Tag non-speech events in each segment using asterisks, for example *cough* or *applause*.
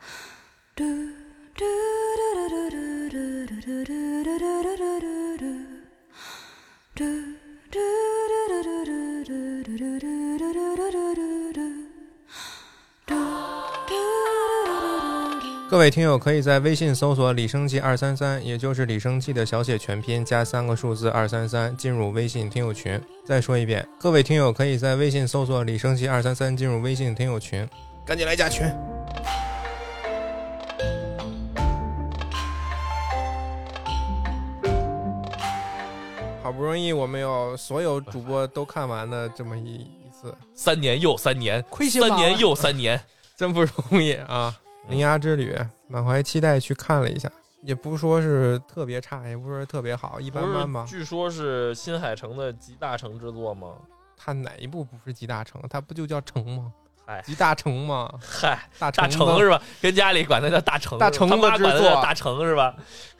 아.各位听友可以在微信搜索“李生记二三三”，也就是李生记的小写全拼加三个数字二三三，进入微信听友群。再说一遍，各位听友可以在微信搜索“李生记二三三”，进入微信听友群，赶紧来加群。好不容易我们有所有主播都看完的这么一一次，三年又三年，亏心三吧年又三年， *laughs* 真不容易啊！《铃芽之旅》满怀期待去看了一下，也不说是特别差，也不说是特别好，一般般吧 *laughs* 不是，。据说是新海诚的集大成之作吗？它哪一部不是集大成？它不就叫成吗？嗨集大成吗？哎嗨，大大成成子是吧？跟家里管他叫大成，大成他子妈管他之作叫大成是吧？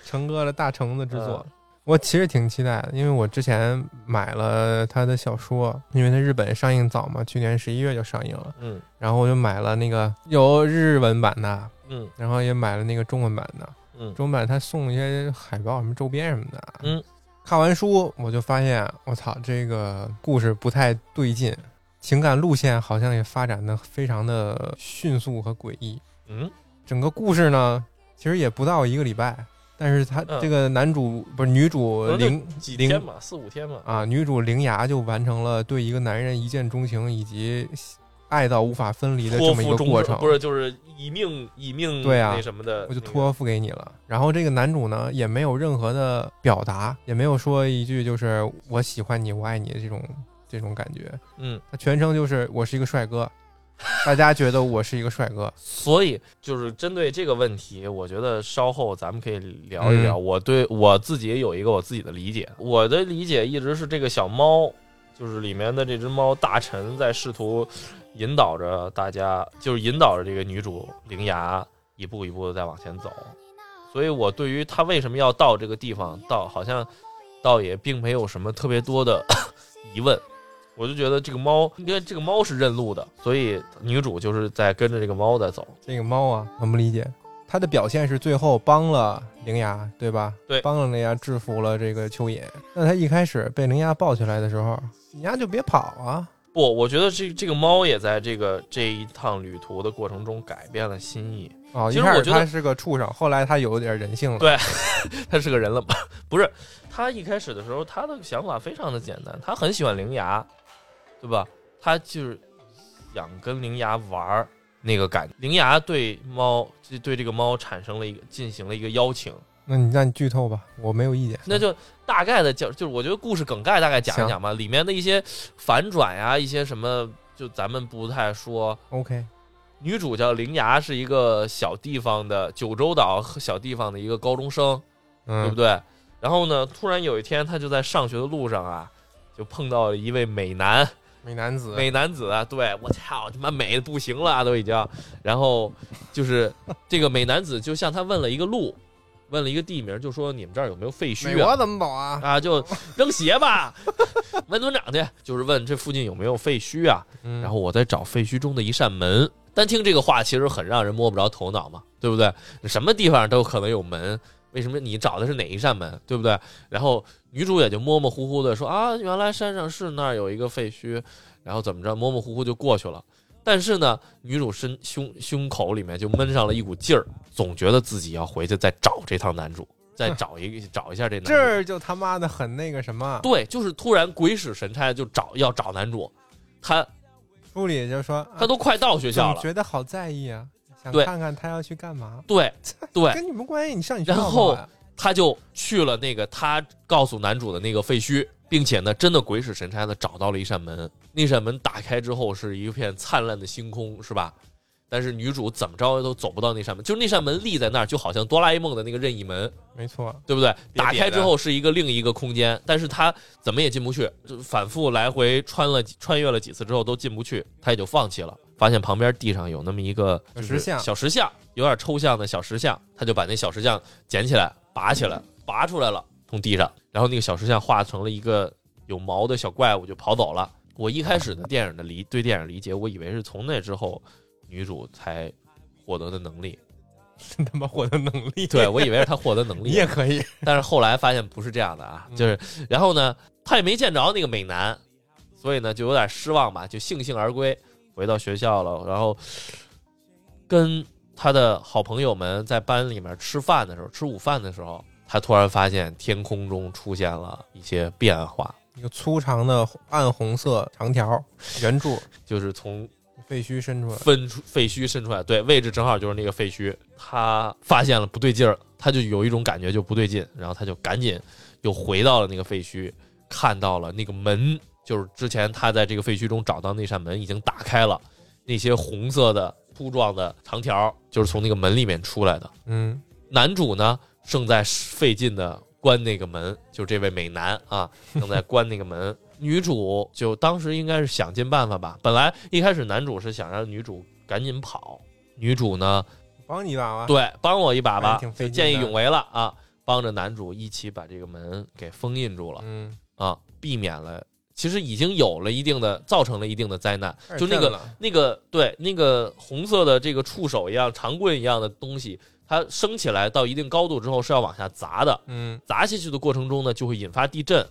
成哥的大成子之作嗯。我其实挺期待的，因为我之前买了他的小说，因为他日本上映早嘛，去年十一月就上映了，嗯然后我就买了那个有日文版的，嗯然后也买了那个中文版的，嗯，中文版他送一些海报、什么周边什么的。啊嗯，看完书我就发现，我操，这个故事不太对劲，情感路线好像也发展的非常的迅速和诡异。嗯，整个故事呢，其实也不到一个礼拜，但是他嗯这个男主、不是女主可能就灵几天灵嘛，四五天嘛。啊，女主灵牙就完成了对一个男人一见钟情以及爱到无法分离的托这么一付个终过程，不是就是以命以命对啊那什么的，我就那个托付给你了。然后这个男主呢，也没有任何的表达，也没有说一句就是我喜欢你，我爱你的这种这种感觉。嗯，他全程就是我是一个帅哥，大家觉得我是一个帅哥，所以就是针对这个问题，我觉得稍后咱们可以聊一聊。我对我自己有一个我自己的理解，我的理解一直是这个小猫，就是里面的这只猫大臣在试图引导着大家，就是引导着这个女主灵牙一步一步的在往前走。所以我对于他为什么要到这个地方，到好像倒也并没有什么特别多的 *coughs* 疑问。我就觉得这个猫，应该这个猫是认路的，所以女主就是在跟着这个猫在走。这个猫啊，很不理解。它的表现是最后帮了灵牙，对吧？对帮了灵牙制服了这个蚯蚓。那它一开始被灵牙抱起来的时候，你丫就别跑啊！不，我觉得这这个猫也在这个这一趟旅途的过程中改变了心意。哦，其一实开我始觉得它是个畜生，后来它有点人性了。对它是个人了吗？ *laughs* 不是，他一开始的时候，他的想法非常的简单，他很喜欢灵牙，对吧？他就是想跟灵牙玩儿那个感觉。灵牙对猫，就对这个猫产生了一个进行了一个邀请，那你让你剧透吧，我没有意见。那就大概的讲，就是我觉得故事梗概大概讲一讲吧，里面的一些反转呀，一些什么，就咱们不太说。 OK，女主叫灵牙，是一个小地方的九州岛小地方的一个高中生，嗯，对不对？然后呢，突然有一天，她就在上学的路上啊，就碰到了一位美男，美男子，美男子啊，对我操，他妈美的不行了啊，都已经。然后就是这个美男子就向她问了一个路，问了一个地名，就说你们这儿有没有废墟美啊？国怎么走啊？啊，就扔鞋吧， *laughs* 问村长去，就是问这附近有没有废墟啊？嗯然后我在找废墟中的一扇门。单听这个话，其实很让人摸不着头脑嘛，对不对？什么地方都可能有门，为什么你找的是哪一扇门，对不对？然后女主也就模模糊糊的说啊，原来山上是那儿有一个废墟，然后怎么着，模模糊糊就过去了。但是呢，女主身胸胸口里面就闷上了一股劲儿，总觉得自己要回去再找这趟男主，再哼找一个找一下这男主。这儿就他妈的很那个什么，对，就是突然鬼使神差地就找要找男主，他书里就说他都快到学学校了，觉得好在意啊，想对看看他要去干嘛。对对，跟你们关系，你上你学校然后干嘛呀他就去了那个他告诉男主的那个废墟，并且呢，真的鬼使神差的找到了一扇门，那扇门打开之后是一片灿烂的星空，是吧？但是女主怎么着都走不到那扇门，就是那扇门立在那儿，就好像哆啦 A 梦的那个任意门，没错， *laughs* 对不对？的打开之后是一个另一个空间，但是他怎么也进不去，就反复来回穿了几穿越了几次之后都进不去，他也就放弃了。发现旁边地上有那么一个就是石像小石像有点抽象的小石像，他就把那小石像捡起来、拔起嗯来、拔出来了，从地上，然后那个小石像化成了一个有毛的小怪物就跑走了。我一开始的电影的理对电影理解，我以为是从那之后女主才获得的能力，真他妈获得能力，对我以为是她获得能力，你也可以。 *laughs* 但是后来发现不是这样的啊，嗯就是然后呢，他也没见着那个美男，所以呢就有点失望吧，就悻悻而归，回到学校了，然后跟他的好朋友们在班里面吃饭的时候，吃午饭的时候，他突然发现天空中出现了一些变化，一个粗长的暗红色长条圆柱就是从废墟伸出来，分出废墟伸出来，对，位置正好就是那个废墟。他发现了不对劲儿，他就有一种感觉就不对劲，然后他就赶紧又回到了那个废墟，看到了那个门，就是之前他在这个废墟中找到那扇门已经打开了，那些红色的铺状的长条就是从那个门里面出来的。嗯，男主呢正在费劲的关那个门，就这位美男 *laughs* 啊，正在关那个门。女主就当时应该是想尽办法吧，本来一开始男主是想让女主赶紧跑，女主呢，帮你一把吧。对，帮我一把还吧啊挺，费劲的见义勇为了啊，帮着男主一起把这个门给封印住了嗯，啊，避免了，其实已经有了一定的，造成了一定的灾难，开始就那震个了那个对那个红色的这个触手一样长棍一样的东西，它升起来到一定高度之后是要往下砸的，嗯，砸下去的过程中呢，就会引发地震。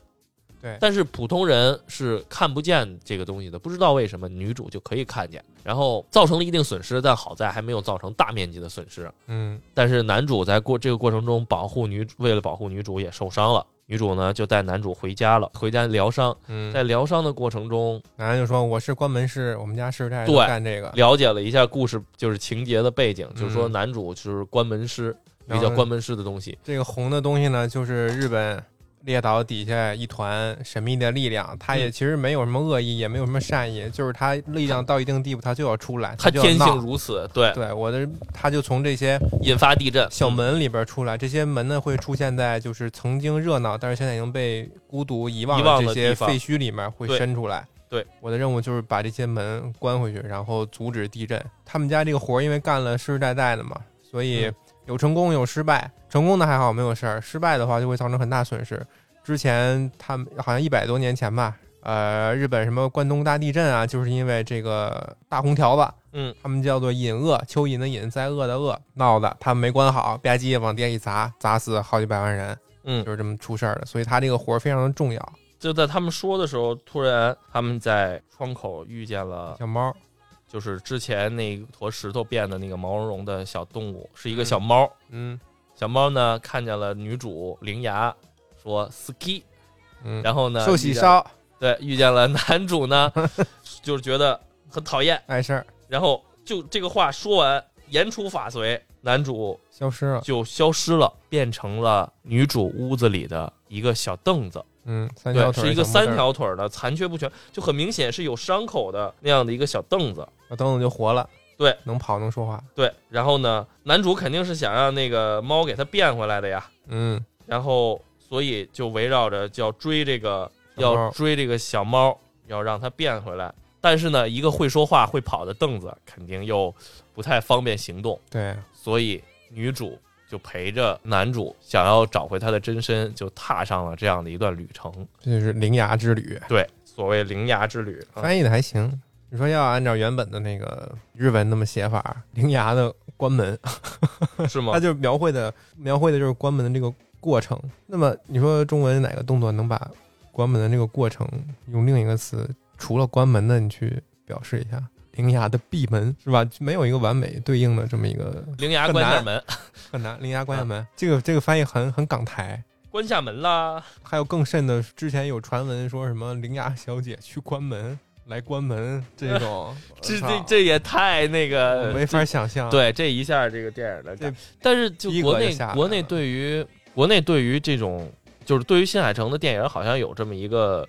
对但是普通人是看不见这个东西的，不知道为什么女主就可以看见，然后造成了一定损失，但好在还没有造成大面积的损失。嗯，但是男主在过这个过程中保护女，为了保护女主也受伤了。女主呢就带男主回家了，回家疗伤。嗯，在疗伤的过程中，男的就说我是关门师，我们家师太对干这个，了解了一下故事就是情节的背景，就是说嗯男主就是关门师，比然后较关门师的东西。这个红的东西呢，就是日本列岛底下一团神秘的力量，它也嗯其实没有什么恶意，也没有什么善意，就是它力量到一定地步，它就要出来，他就天要性闹。如此，对，对，我的它就从这些引发地震。小门里边出来，这些门呢会出现在就是曾经热闹，但是现在已经被孤独遗忘遗忘这的些地方废墟里面会对伸出来。对，我的任务就是把这些门关回去，然后阻止地震。他们家这个活儿因为干了世世代代的嘛，所以嗯有成功有失败。成功的还好没有事儿，失败的话就会造成很大损失。之前他们好像一百多年前吧，呃，日本什么关东大地震啊，就是因为这个大红条子，嗯，他们叫做引鳄，蚯蚓的引，灾厄的厄，闹的他们没关好，吧唧往地下一砸，砸死好几百万人，嗯就，是这么出事儿的。所以他这个活儿非常的重要。就在他们说的时候，突然他们在窗口遇见了，小猫，就是之前那一坨石头变的那个毛茸茸的小动物，是一个嗯小猫。嗯小猫呢看见了女主灵牙，说 ski，嗯，然后呢寿喜遇见了烧对遇见了男 *laughs* 主呢，就是觉得很讨厌，碍事儿然后就这个话说完，言出法随，男主消失了，就消失了，变成了女主屋子里的一个小凳子。嗯，三条对，腿儿是一个小木三凳儿条腿儿的，残缺不全，就很明显是有伤口的那样的一个小凳子。小灯笼就活了，对，能跑能说话，对，然后呢，男主肯定是想让那个猫给它变回来的呀，嗯，然后所以就围绕着就要追这个，小猫要追这个小猫，要让它变回来。但是呢，一个会说话会跑的凳子肯定又不太方便行动，对，啊所以女主就陪着男主，想要找回他的真身，就踏上了这样的一段旅程。这就是灵牙之旅，对，所谓灵牙之旅。啊。翻译的还行。你说要按照原本的那个日文那么写法，灵牙的关门，嗯啊是它 *laughs* 吗？就是描绘的描绘的就是关门的这个过程。那么你说中文哪个动作能把关门的这个过程用另一个词，除了关门的，你去表示一下？伶牙的闭门是吧？没有一个完美对应的这么一个灵牙关下门，很难。伶牙关啊下门，这个这个翻译很很港台。关下门啦！还有更甚的，之前有传闻说什么伶牙小姐去关门来关门这种， *laughs* 这我这操这也太那我个没法想象。，对，这一下这个电影的感这，但是就逼格国就内下来国内了对于国内对于这种就是对于新海诚的电影，好像有这么一个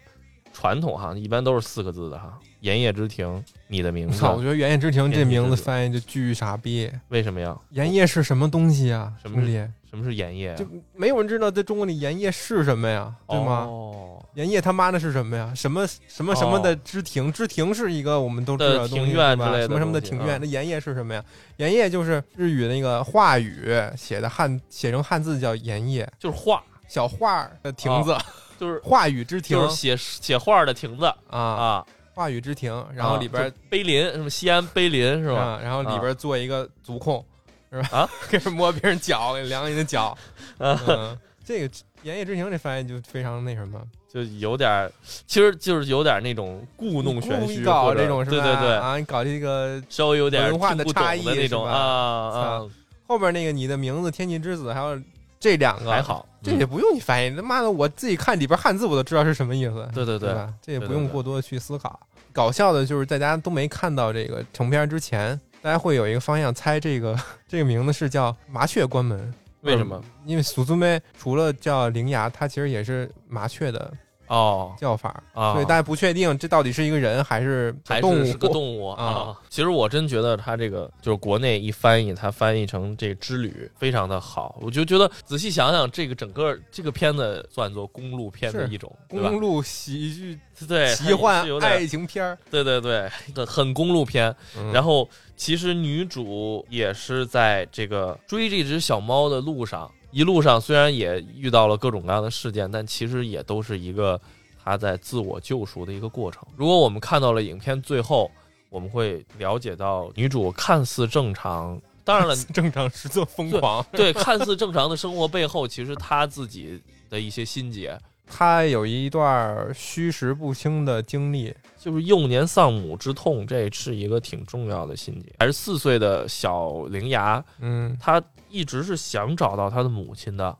传统哈，一般都是四个字的哈，《盐业之庭》，你的名我字操！我，觉得《原野之庭》这原野之名字庭翻译就巨傻逼。为什么呀？盐业是什么东西啊？什么兄弟，什么是啊盐业？就没有人知道在中国里盐业是什么呀，对吗？哦，盐业他妈的是什么呀？什么什么什么的知亭，知亭是一个我们都知道的东西，的庭院对吧之类的什么什么的东西嗯庭院，那盐业是什么呀？盐业就是日语那个话语写的汉写成汉字叫盐业，就是画，小画儿的亭子，就是 *laughs* 话语之亭哦就是写写画的亭子啊，啊，话语之亭，然后啊里边就碑林什么西安碑林是吧？啊，然后里边做一个足控，是吧？ *laughs* 啊，给人摸别人脚，给量人家脚， *laughs* 啊嗯，这个言叶之行》这翻译就非常那什么，就有点儿，其实就是有点儿那种故弄玄故意虚，搞或者这种是吧？对对对，啊，你搞这个稍微有点儿文化听的不懂差异那种是吧啊啊，后边那个你的名字《天气之子》，还有这两个还，好，这嗯也不用你翻译，他妈的我自己看里边汉字我都知道是什么意思，对对对对，吧？这也对不对用对过多的去思考。搞笑的就是在大家都没看到这个成片之前，大家会有一个方向猜这个 *laughs* 这个名字是叫《麻雀关门》，嗯为什么？因为苏苏妹除了叫灵牙，它其实也是麻雀的哦叫法，啊，所以大家不确定这到底是一个人还是还动是物是个动物啊。其实我真觉得它这个就是国内一翻译，它翻译成这之旅非常的好。我就觉得仔细想想，这个整个这个片子算作公路片的是一种，对吧公？路喜剧对，它奇也幻是有点爱情片儿。对对对，很公路片。然后后其实女主也是在这个追这只小猫的路上，一路上虽然也遇到了各种各样的事件，但其实也都是一个她在自我救赎的一个过程。如果我们看到了影片最后，我们会了解到女主看似正常，当然了， *laughs* 正常实则疯狂，对看似正常的生活背后，其实她自己的一些心结，他有一段虚实不清的经历，就是幼年丧母之痛，这是一个挺重要的心结。还是四岁的小灵牙，嗯，他一直是想找到他的母亲的，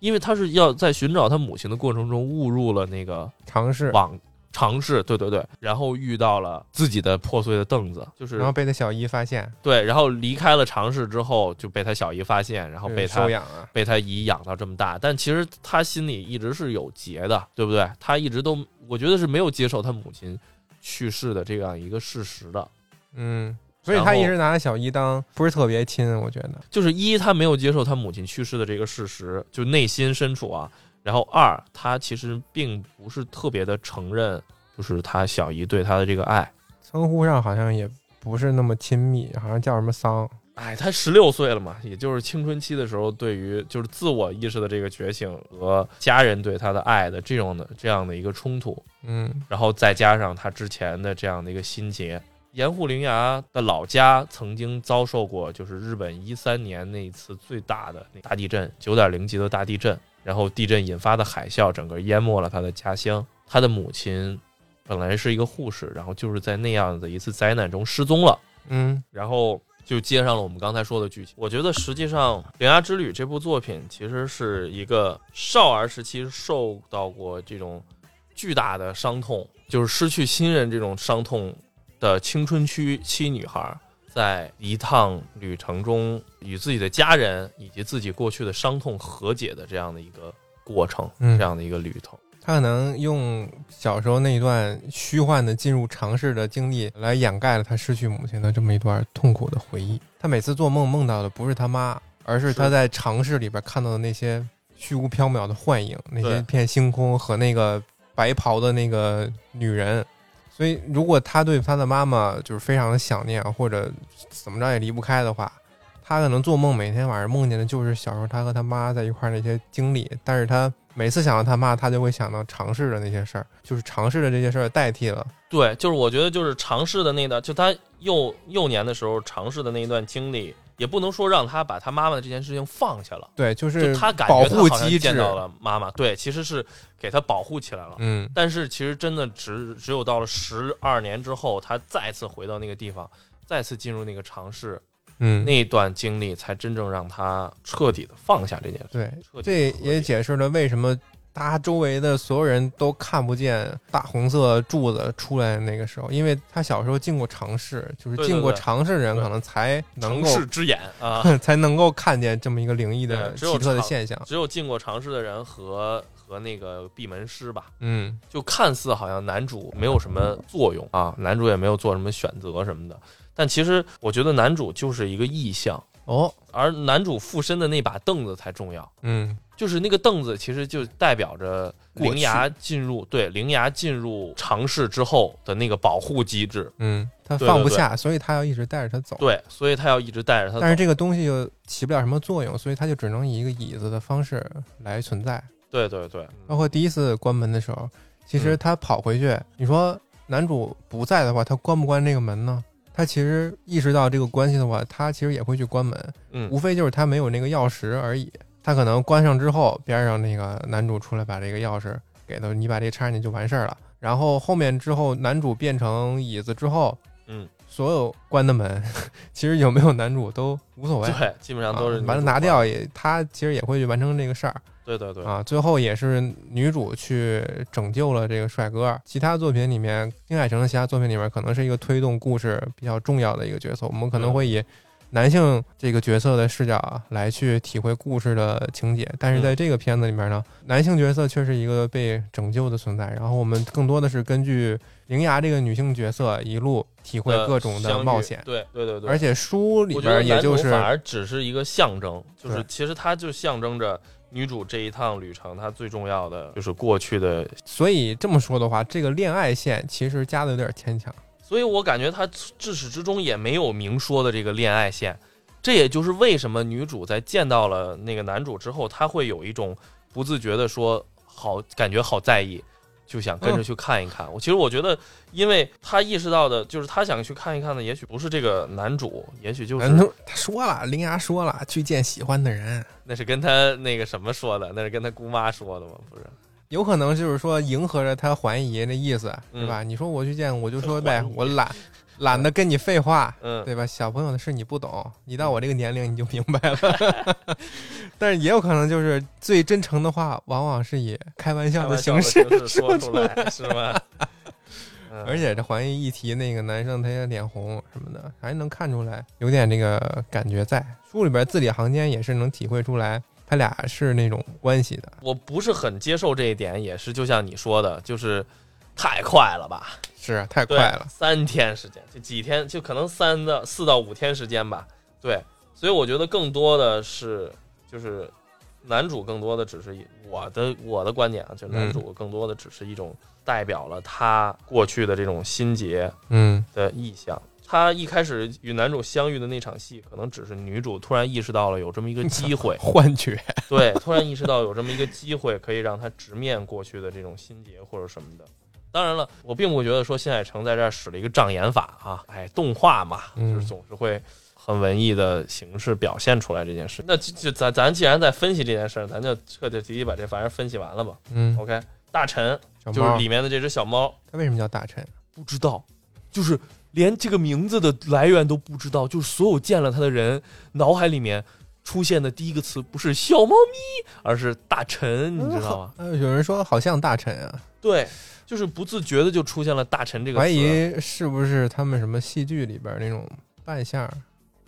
因为他是要在寻找他母亲的过程中误入了那个尝试，网尝试，对对对，然后遇到了自己的破碎的凳子，就是然后被那小姨发现，对，然后离开了尝试之后就被他小姨发现，然后被嗯他收养啊，被他姨养到这么大，但其实他心里一直是有结的，对不对？他一直都我觉得是没有接受他母亲去世的这样一个事实的，嗯，所以然他一后直拿小姨当不是特别亲，我觉得，就是一，他没有接受他母亲去世的这个事实，就内心深处啊。然后二，他其实并不是特别的承认，就是他小姨对他的这个爱。称呼上好像也不是那么亲密，好像叫什么桑，哎，他十六岁了嘛，也就是青春期的时候，对于就是自我意识的这个觉醒和家人对他的爱的这种的这样的一个冲突，嗯，然后再加上他之前的这样的一个心结。盐户灵牙的老家曾经遭受过，就是日本一三年那一次最大的那大地震，九点零级的大地震，然后地震引发的海啸整个淹没了他的家乡。他的母亲本来是一个护士，然后就是在那样的一次灾难中失踪了。嗯，然后就接上了我们刚才说的剧情。我觉得实际上《铃芽之旅》这部作品其实是一个少儿时期受到过这种巨大的伤痛，就是失去亲人这种伤痛的青春期期女孩，在一趟旅程中与自己的家人以及自己过去的伤痛和解的这样的一个过程，嗯这样的一个旅程。他可能用小时候那一段虚幻的进入尝试的经历来掩盖了他失去母亲的这么一段痛苦的回忆。他每次做梦梦到的不是他妈，而是他是在尝试里边看到的那些虚无缥缈的幻影，那些对片星空和那个白袍的那个女人。所以，如果他对他的妈妈就是非常的想念，或者怎么着也离不开的话，他可能做梦，每天晚上梦见的就是小时候他和他妈在一块儿那些经历，但是他每次想到他妈，他就会想到尝试的那些事儿，就是尝试的这些事儿代替了，对，就是我觉得就是尝试的那段，就他幼幼年的时候尝试的那一段经历，也不能说让他把他妈妈的这件事情放下了，对，就是就他感保觉他护好像机制见，到了妈妈，对，其实是给他保护起来了。嗯，但是其实真的只只有到了十二年之后，他再次回到那个地方，再次进入那个尝试，嗯，那段经历才真正让他彻底的放下这件事。对，彻这底地和也解解释了为什么他周围的所有人都看不见大红色柱子出来那个时候，因为他小时候进过尝试，就是对对进过对尝试的人对可能才能城够市之眼啊， *laughs* *laughs* 才能够看见这么一个灵异的对只有奇特的尝现象，只有进过尝试的人和和那个闭门师吧，嗯就看似好像男主没有什么作用啊，男主也没有做什么选择什么的，但其实我觉得男主就是一个意象，哦，而男主附身的那把凳子才重要，嗯就是那个凳子其实就代表着过去灵牙进入对灵牙进入尝试之后的那个保护机制，嗯，他对放不对下，所以他要一直带着他走。对，所以他要一直带着他走但是这个东西又起不了什么作用，所以它就只能以一个椅子的方式来存在。对对对，包括第一次关门的时候，其实嗯他跑回去，你说男主不在的话，他关不关这个门呢？他其实意识到这个关系的话，他其实也会去关门，嗯无非就是他没有那个钥匙而已。它可能关上之后，边上那个男主出来把这个钥匙给他，你把这插进去就完事儿了。然后后面之后，男主变成椅子之后，嗯，所有关的门， *laughs* 其实有没有男主都无所谓，对，基本上都是啊完了女主拿管掉也，他其实也会去完成这个事儿对对对，啊。最后也是女主去拯救了这个帅哥。其他作品里面，丁海城的其他作品里面可能是一个推动故事比较重要的一个角色，我们可能嗯会以男性这个角色的视角啊来去体会故事的情节。但是在这个片子里面呢，男性角色却是一个被拯救的存在，然后我们更多的是根据灵牙这个女性角色一路体会呃各种相的遇冒险。对对对对，而且书里我觉得边也男就主是反而只是一个象征，就是对其实它就象征着女主这一趟旅程，她最重要的就是过去的，所以这么说的话，这个恋爱线其实加的有点牵强。所以我感觉她至始至终也没有明说的这个恋爱线，这也就是为什么女主在见到了那个男主之后，她会有一种不自觉的说好感觉好在意。就想跟嗯着去看一看。我、其实我觉得，因为她意识到的，就是她想去看一看的，也许不是这个男主，也许就是反正嗯他说了，林牙说了，去见喜欢的人，那是跟他那个什么说的，那是跟他姑妈说的吗？不是，有可能就是说迎合着他怀疑那意思，嗯是吧？你说我去见，我就说怀呗疑，我懒，懒得跟你废话，嗯，对吧？小朋友的事你不懂，你到我这个年龄你就明白了。 *laughs* 但是也有可能就是最真诚的话，往往是以开玩笑开的玩笑形的式。形式 *laughs* 说出来是吗？嗯而且这怀疑一提那个男生，他也脸红什么的，还能看出来有点那个感觉在。书里边字里行间也是能体会出来，他俩是那种关系的。我不是很接受这一点，也是就像你说的，就是太快了吧？是啊太对快了，三天时间，就几天，就可能三到四到五天时间吧。对，所以我觉得更多的是就是男主更多的只是一我的我的观点啊，就嗯男主更多的只是一种代表了他过去的这种心结， *laughs* 嗯，的意象。他一开始与男主相遇的那场戏，可能只是女主突然意识到了有这么一个机会 *laughs* 幻觉。对，突然意识到有这么一个机会可以让她直面过去的这种心结或者什么的。当然了，我并不觉得说新海诚在这儿使了一个障眼法啊，哎，动画嘛，嗯就是总是会很文艺的形式表现出来这件事。那就就咱咱既然在分析这件事儿，咱就彻彻底底把这玩意儿分析完了吧。嗯， OK，大臣小哦就是猫，里面的这只小猫，他为什么叫大臣？啊不知道，就是连这个名字的来源都不知道，就是所有见了他的人脑海里面出现的第一个词不是小猫咪，而是大臣，你知道吗？呃，有人说好像大臣啊，对，就是不自觉的就出现了大臣这个词。啊怀疑是不是他们什么戏剧里边那种扮相，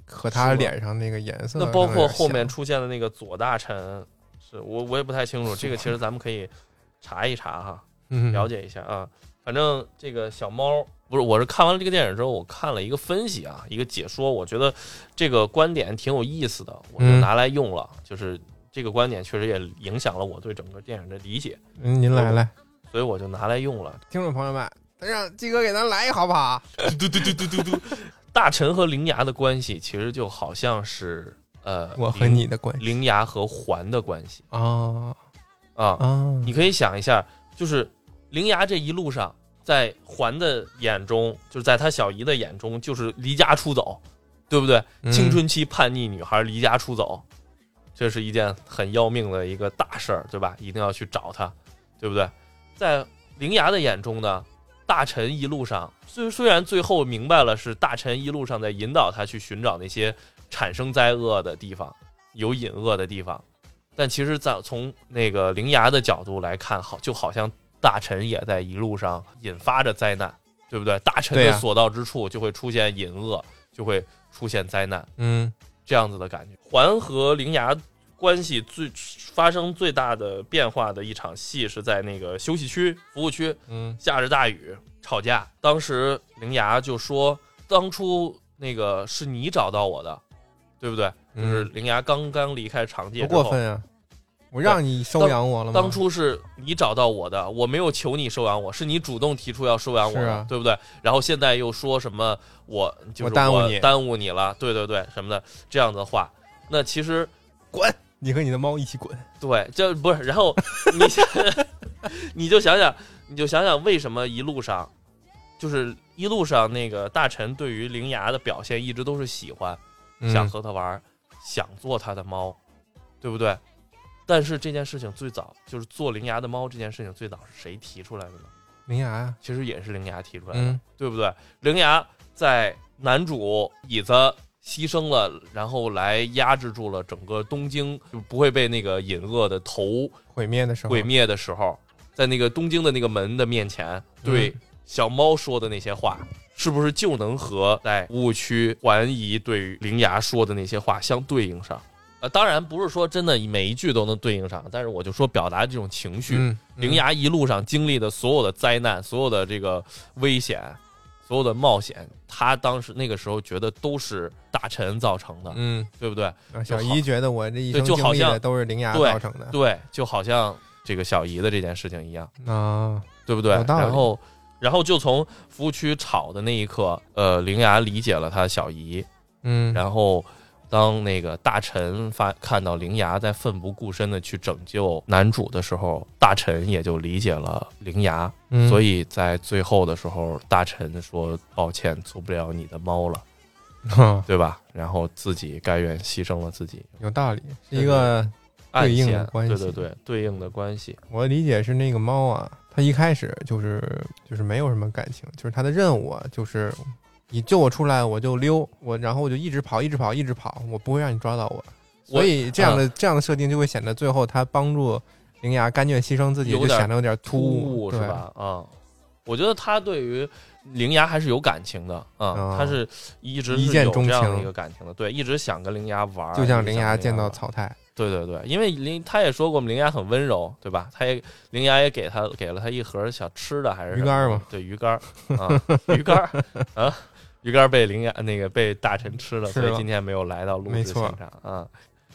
和他是吧脸上那个颜色可那能包有点像。括后面出现的那个左大臣，是我我也不太清楚，这个其实咱们可以查一查哈。嗯了解一下啊。反正这个小猫不是，我是看完了这个电影之后，我看了一个分析啊，一个解说，我觉得这个观点挺有意思的，我就嗯拿来用了。就是这个观点确实也影响了我对整个电影的理解，嗯，您来来，所以我就拿来用了。听众朋友们，让鸡哥给咱来一好不好？嘟嘟嘟嘟嘟嘟， *laughs* 大臣和灵牙的关系其实就好像是呃，我和灵你的关系灵牙和环的关系啊啊。啊，你可以想一下，就是灵牙这一路上，在环的眼中，就是在他小姨的眼中，就是离家出走，对不对？嗯青春期叛逆女孩离家出走，这是一件很要命的一个大事儿，对吧？一定要去找她，对不对？在灵牙的眼中呢，大臣一路上虽虽然最后明白了是大臣一路上在引导他去寻找那些产生灾厄的地方，有隐恶的地方，但其实在从那个灵牙的角度来看，好就好像大臣也在一路上引发着灾难，对不对？大臣对的呀所到之处就会出现隐恶，就会出现灾难。嗯这样子的感觉。环和灵牙关系最发生最大的变化的一场戏是在那个休息区、服务区，嗯下着大雨吵架。当时灵牙就说：“当初那个是你找到我的，对不对？”就是嗯灵牙刚刚离开长不界之后，过分啊！嗯我让你收养我了吗？当初是你找到我的，我没有求你收养我，是你主动提出要收养我是的，啊对不对？然后现在又说什么我就是我耽误你耽误你了，对对对，什么的这样的话，那其实你和你的猫一起滚。对，这不是，然后你想， *laughs* 你就想想，你就想想为什么一路上，就是一路上那个大臣对于灵牙的表现一直都是喜欢，想嗯和他玩儿，想做他的猫，对不对？但是这件事情最早就是做灵牙的猫这件事情最早是谁提出来的呢？灵牙啊呀，其实也是灵牙提出来的，嗯，对不对？灵牙在男主椅子牺牲了，然后来压制住了整个东京，就不会被那个隐恶的头毁灭的时候，毁灭的时候，在那个东京的那个门的面前，对嗯小猫说的那些话，是不是就能和在误区怀疑对于灵牙说的那些话相对应上？呃，当然不是说真的每一句都能对应上，但是我就说表达这种情绪，嗯，灵牙一路上经历的所有的灾难、所有的这个危险、所有的冒险，他当时那个时候觉得都是大臣造成的，嗯，对不对？嗯，啊小姨觉得我这一对生就经好历像的都是灵牙对造成的对，就好像这个小姨的这件事情一样，啊，对不对？有道理然后，然后就从服务区吵的那一刻，呃，灵牙理解了他小姨，嗯，然后。当那个大臣发看到灵牙在奋不顾身的去拯救男主的时候，大臣也就理解了灵牙后所以在最后的时候，大臣说抱歉，做不了你的猫了，对吧？然后自己甘愿牺牲了自己， *laughs* 有道理，是是一个暗对应的线关系对对对，对应的关系，我的理解是那个猫啊，它一开始就是就是没有什么感情，就是它的任务啊，就是你救我出来我就溜，我然后我就一直跑，一直跑，一直跑，我不会让你抓到我。我啊所以这样的、这样的设定就会显得最后它帮助灵牙甘愿牺牲自己，有就点显得有点突兀，兀对是？吧？啊、我觉得他对于灵牙还是有感情的啊、啊他是一直一是见有钟这样的情一个感情的，对，一直想跟灵牙玩儿，就像一直灵想牙跟见到玩儿草太，对对对，因为灵他也说过，我们灵牙很温柔，对吧？他也灵牙也给他给了他一盒小吃的，还是鱼干儿什么嘛？对，鱼干儿啊，鱼 *laughs* 干儿啊，鱼干儿被灵牙那个被大臣吃了，吃所了以今天没有来到录没制现错场啊。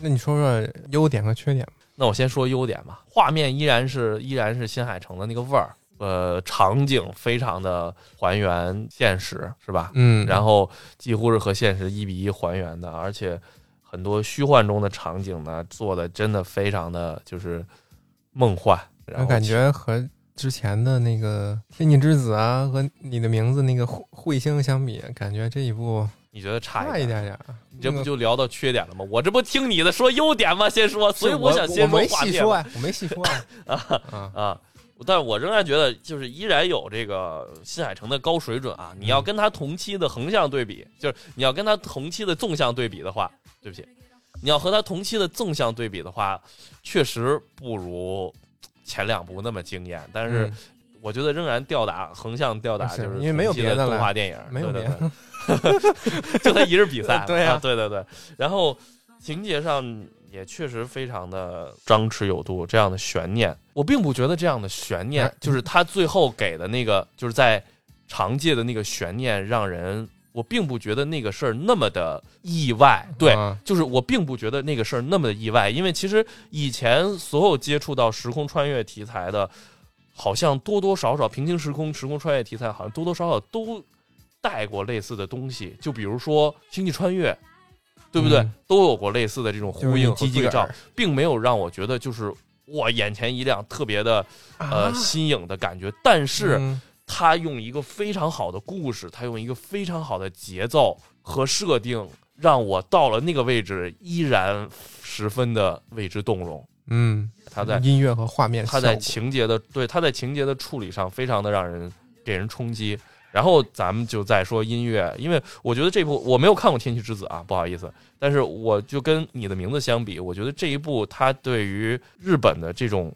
那你说说优点和缺点吧？那我先说优点吧，画面依然是依然是新海诚的那个味儿，呃，场景非常的还原现实，是吧？嗯然后几乎是和现实一比一还原的，而且很多虚幻中的场景呢，做的真的非常的就是梦幻，然我后感觉和之前的那个《天气之子》啊，和你的名字那个彗彗星相比，感觉这一部你觉得差差一一点。点点儿。啊你这那不个就聊到缺点了吗？我这不听你的说优点吗？先说，所以是我想先我说没画细面说啊呀，我没细说呀啊 *laughs* 啊。但我仍然觉得，就是依然有这个新海诚的高水准啊！你要跟他同期的横向对比，就是你要跟他同期的纵向对比的话，对不起，你要和他同期的纵向对比的话，确实不如前两部那么惊艳。但是嗯我觉得仍然吊打横向吊打，啊是就是因为没有同期别的了动画电影，没有对别对对的，，*laughs* 就他一日比赛 *laughs* 对啊啊，对对对。然后情节上也确实非常的张弛有度，这样的悬念，我并不觉得这样的悬念哎，就是他最后给的那个，就是在长界的那个悬念，让人我并不觉得那个事儿那么的意外，对。啊就是我并不觉得那个事儿那么的意外，因为其实以前所有接触到时空穿越题材的，好像多多少少平行时空、时空穿越题材，好像多多少少都带过类似的东西。就比如说《星际穿越》，对不对？嗯都有过类似的这种就是呼你应和鸡鸡对梗照儿，并没有让我觉得就是哇眼前一亮，特别的呃啊新颖的感觉。但是、嗯他用一个非常好的故事，他用一个非常好的节奏和设定，让我到了那个位置依然十分的为之动容。嗯，他在音乐和画面效他果，在情节的对他在情节的处理上非常的让人给人冲击。然后咱们就再说音乐，因为我觉得这部我没有看过《天气之子》啊，不好意思，但是我就跟你的名字相比，我觉得这一部它对于日本的这种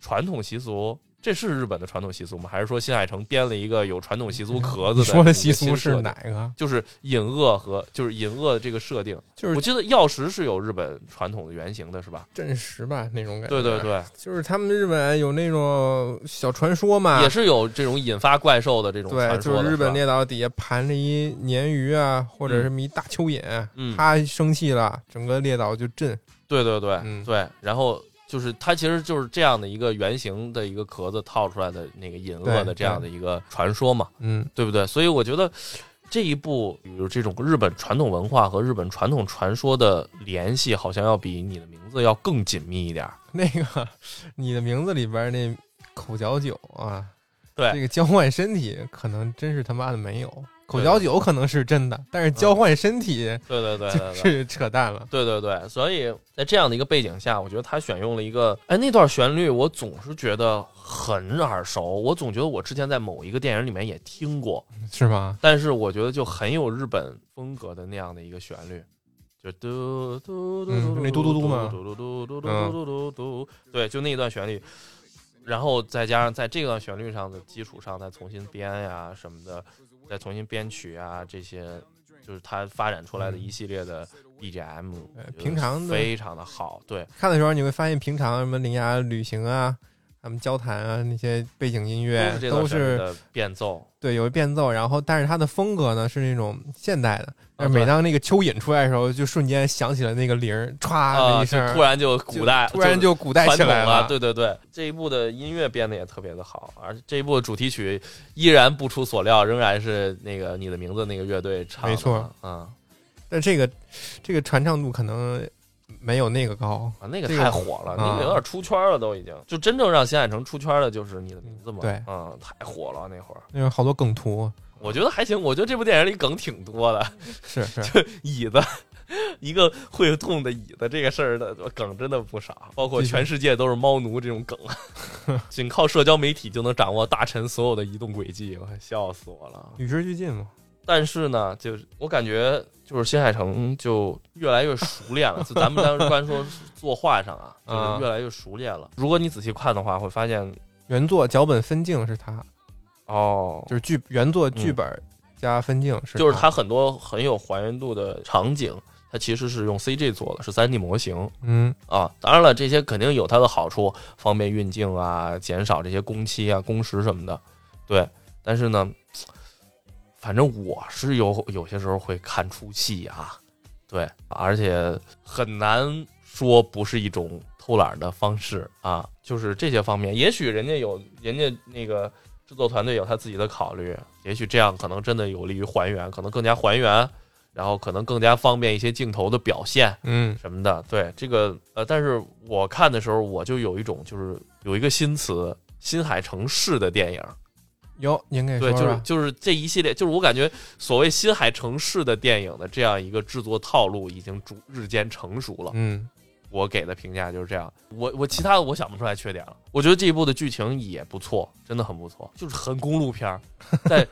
传统习俗，这是日本的传统习俗吗？还是说新海诚编了一个有传统习俗壳子你的？说的习俗是哪？个？啊就是隐恶和就是隐恶的这个设定，就我是记得药石是有日本传统的原型的，是吧？真实吧，那种感觉。对对，对，就是他们日本有那种小传说嘛也，是有这种引发怪兽的这种啊对，传就说是的日吧本列岛底下盘着一鲶鱼啊，或者嗯什么一大蚯蚓，嗯它生气了，整个列岛就震。对对对、嗯对，然后就是它其实就是这样的一个圆形的一个壳子套出来的那个隐恶对的这样的一个传说嘛，嗯，对不对？所以我觉得这一部比如这种日本传统文化和日本传统传说的联系，好像要比你的名字要更紧密一 *laughs* 点儿。那个你的名字里边那口角酒啊，对这个交换身体可能真是他妈的没有，口嚼酒可能是真的，但是交换身体对嗯对对对就对。是扯淡了。对对对，所以在这样的一个背景下，我觉得他选用了一个，哎，那段旋律我总是觉得很耳熟，我总觉得我之前在某一个电影里面也听过，是吗？但是我觉得就很有日本风格的那样的一个旋律，就嘟嘟嘟嘟，嗯嘟嘟嘟嘟嘟嘟嘟嘟，对，就那一段旋律，然后再加上在这段旋律上的基础上再重新编呀什么的，再重新编曲啊这些。就是他发展出来的一系列的 BGM，、嗯呃平常的非常的好，对，看的时候你会发现，平常什么铃芽旅行啊，他们交谈啊，那些背景音乐都是这都段旋律是的变奏，对有变奏，然后但是它的风格呢是那种现代的。但是啊对每当那个蚯蚓出来的时候，就瞬间响起了那个铃儿，歘的啊，一就声，突然就古代，突然就古代传起统来了。对对对，这一部的音乐编的也特别的好，而这一部的主题曲依然不出所料，仍然是那个你的名字那个乐队唱的。没错，嗯，但这个这个传唱度可能没有那个高。啊，那个这个太火了，那啊个有点出圈了，都已经。就真正让新海诚出圈的就是你的名字嘛。对嗯，太火了那会儿。那有好多梗图，我觉得还行，我觉得这部电影里梗挺多的，是是，椅子。 *laughs* 一个会动的椅子这个事儿的梗真的不少，包括继续全世界都是猫奴这种梗，啊 *laughs* 仅靠社交媒体就能掌握大臣所有的移动轨迹，我笑死我了。 *laughs* 与时俱进嘛。但是呢，就是我感觉就是新海诚就越来越熟练了，就咱们当时刚才说作画上 *laughs* 啊，嗯就是越来越熟练了。如果你仔细看的话，会发现原作脚本分镜是他，哦，就是剧原作嗯剧本加分镜是就是他，它很多很有还原度的场景，它其实是用 CG 做的，是 3D 模型嗯，啊。当然了，这些肯定有它的好处，方便运镜啊，减少这些工期啊、工时什么的，对。但是呢，反正我是有有些时候会看出戏啊，对，而且很难说不是一种偷懒的方式啊，就是这些方面，也许人家有人家那个制作团队有他自己的考虑，也许这样可能真的有利于还原，可能更加还原，然后可能更加方便一些镜头的表现，嗯，什么的。对这个呃，但是我看的时候，我就有一种就是有一个新词“新海诚式”的电影，有您给说对，就是说，就是这一系列，就是我感觉所谓新海诚式的电影的这样一个制作套路已经逐日渐成熟了。嗯，我给的评价就是这样，我我其他的我想不出来缺点了。我觉得这一部的剧情也不错，真的很不错，就是很公路片儿， *laughs* 在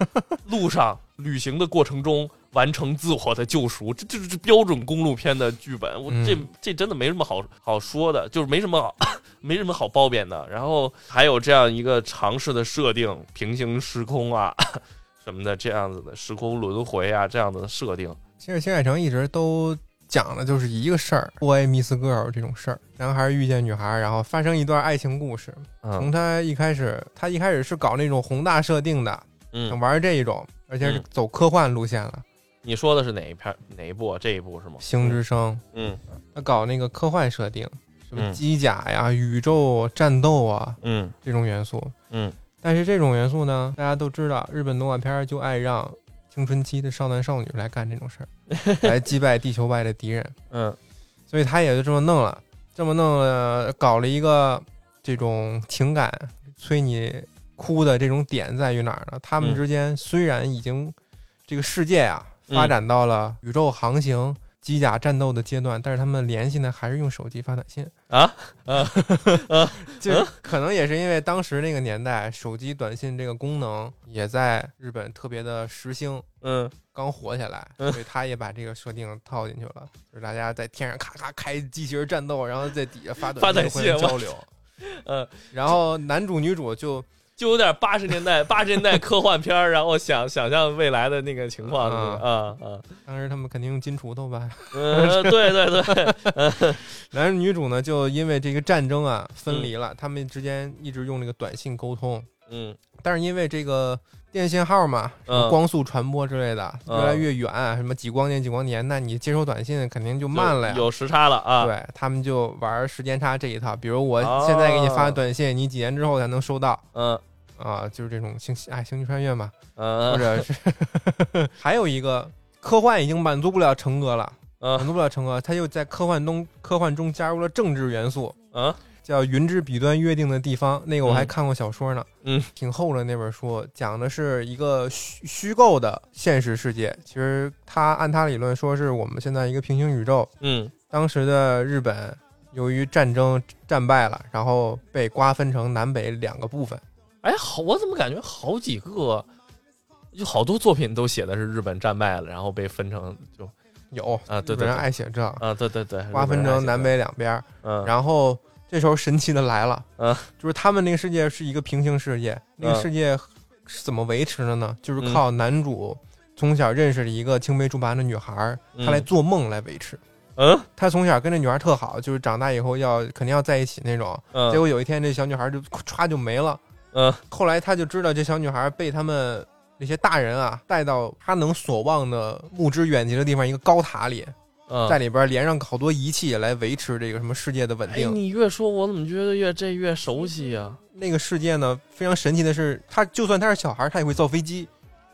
路上旅行的过程中完成自我的救赎，这这就是标准公路片的剧本。我这嗯这真的没什么好好说的，就是没什么好没什么好褒贬的。然后还有这样一个尝试的设定，平行时空啊 *laughs* 什么的，这样子的时空轮回啊这样的设定，其实新海诚一直都讲的就是一个事儿，boy miss girl 这种事儿，男孩遇见女孩，然后发生一段爱情故事。从嗯他一开始，他一开始是搞那种宏大设定的，嗯，玩这一种，而且是嗯走科幻路线了，你说的是哪一片儿哪一部啊？这一部是吗？ 《星之声》嗯。他搞那个科幻设定，什么嗯机甲呀、宇宙战斗啊嗯这种元素。嗯，但是这种元素呢，大家都知道，日本动画片儿就爱让青春期的少男少女来干这种事儿，来击败地球外的敌人。嗯所以他也就这么弄了，这么弄了，搞了一个这种情感催你哭的这种点在于哪儿呢？他们嗯之间虽然已经这个世界啊嗯发展到了宇宙航行、机甲战斗的阶段，但是他们联系呢还是用手机发短信 *laughs* 啊啊啊，就可能也是因为当时那个年代手机短信这个功能也在日本特别的时兴，嗯刚火起来，所以他也把这个设定套进去了，就是大家在天上咔咔开机器人战斗，然后在底下发发短短信信互相交流， *laughs* 嗯，然后男主女主就就有点八十年代 *laughs* 八十年代科幻片儿，然后想想象未来的那个情况，那个啊啊，当时他们肯定用金锄头吧，嗯，对对 *laughs* 对，男主女主呢就因为这个战争啊分离了，他们之间一直用那个短信沟通，嗯但是因为这个电信号嘛，什么嗯光速传播之类的越嗯来越远，什么几光年几光年，那你接收短信肯定就慢了呀，有有时差了啊，对他们就玩时间差这一套，比如我哦现在给你发短信，你几年之后才能收到嗯啊，就是这种星哎星际穿越嘛，或嗯者 *laughs* 是还有一个科幻已经满足不了成格了，满嗯足不了成格，他又在科幻中科幻中加入了政治元素，嗯啊，叫《云之彼端约定的地方》，那个我还嗯看过小说呢，嗯，挺厚的那本书，讲的是一个虚虚构的现实世界。其实他按他理论说是我们现在一个平行宇宙，嗯当时的日本由于战争战败了，然后被瓜分成南北两个部分。哎，好，我怎么感觉好几个，有好多作品都写的是日本战败了，然后被分成就有啊对对日本人对爱写这个，啊，对对对，瓜分成南日北两边儿。本人爱写的，嗯，然后这时候神奇的来了，嗯，就是他们那个世界是一个平行世界，那啊个世界是怎么维持的呢？就是靠嗯男主从小认识了一个青梅竹马的女孩儿，嗯他来做梦来维持。嗯他从小跟这女孩特好，就是长大以后要肯定要在一起那种。嗯，结果有一天这小女孩就歘就没了。嗯后来他就知道这小女孩被他们那些大人啊带到他能所望的目之远及的地方一个高塔里，嗯在里边连上好多仪器来维持这个什么世界的稳哎，定。你越说，我怎么觉得越这越熟悉啊呀、那个世界呢，非常神奇的是，他就算他是小孩，他也会造飞机。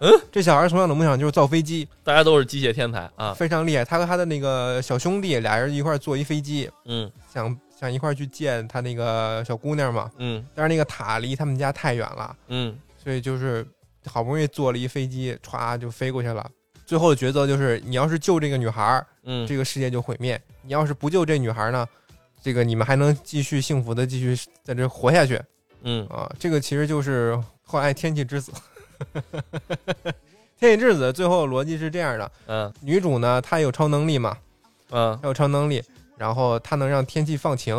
嗯，这小孩从小的梦想就是造飞机，大家都是机械天才啊，非常厉害。他和他的那个小兄弟俩人一块儿坐一飞机，嗯想想一块儿去见他那个小姑娘嘛。嗯但是那个塔离他们家太远了，嗯所以就是好不容易坐了一飞机，歘就飞过去了。最后的抉择就是，你要是救这个女孩儿，嗯，这个世界就毁灭；你要是不救这女孩儿呢，这个你们还能继续幸福的继续在这活下去。嗯啊，这个其实就是后来《天气之子》。 *laughs* 天气之子最后逻辑是这样的：嗯女主呢，她有超能力嘛，嗯她有超能力，然后她能让天气放晴。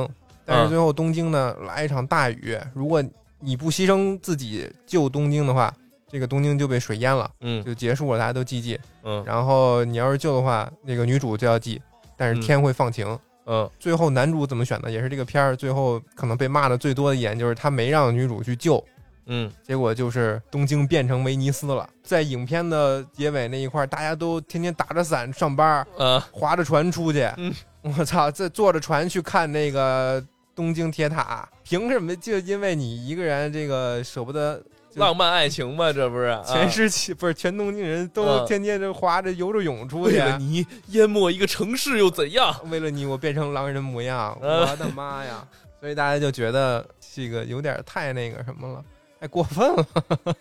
但是嗯最后东京呢来一场大雨，如果你不牺牲自己救东京的话，这个东京就被水淹了，嗯就结束了，大家都寂寂。嗯然后你要是救的话，那个女主就要寂，但是嗯天会放晴。嗯最后男主怎么选的，也是这个片儿最后可能被骂的最多的一点，就是他没让女主去救，嗯结果就是东京变成威尼斯了。在影片的结尾那一块儿，大家都天天打着伞上班，嗯划着船出去。嗯我操，这坐着船去看那个东京铁塔，凭什么就因为你一个人这个舍不得？就浪漫爱情嘛，这不是啊全是世界、不是全东京人都嗯天天就划着游着泳出去啊为。了你淹没一个城市又怎样？为了你，我变成狼人模样， *laughs* 嗯我的妈呀！所以大家就觉得这个有点太那个什么了，太过分了。 *laughs*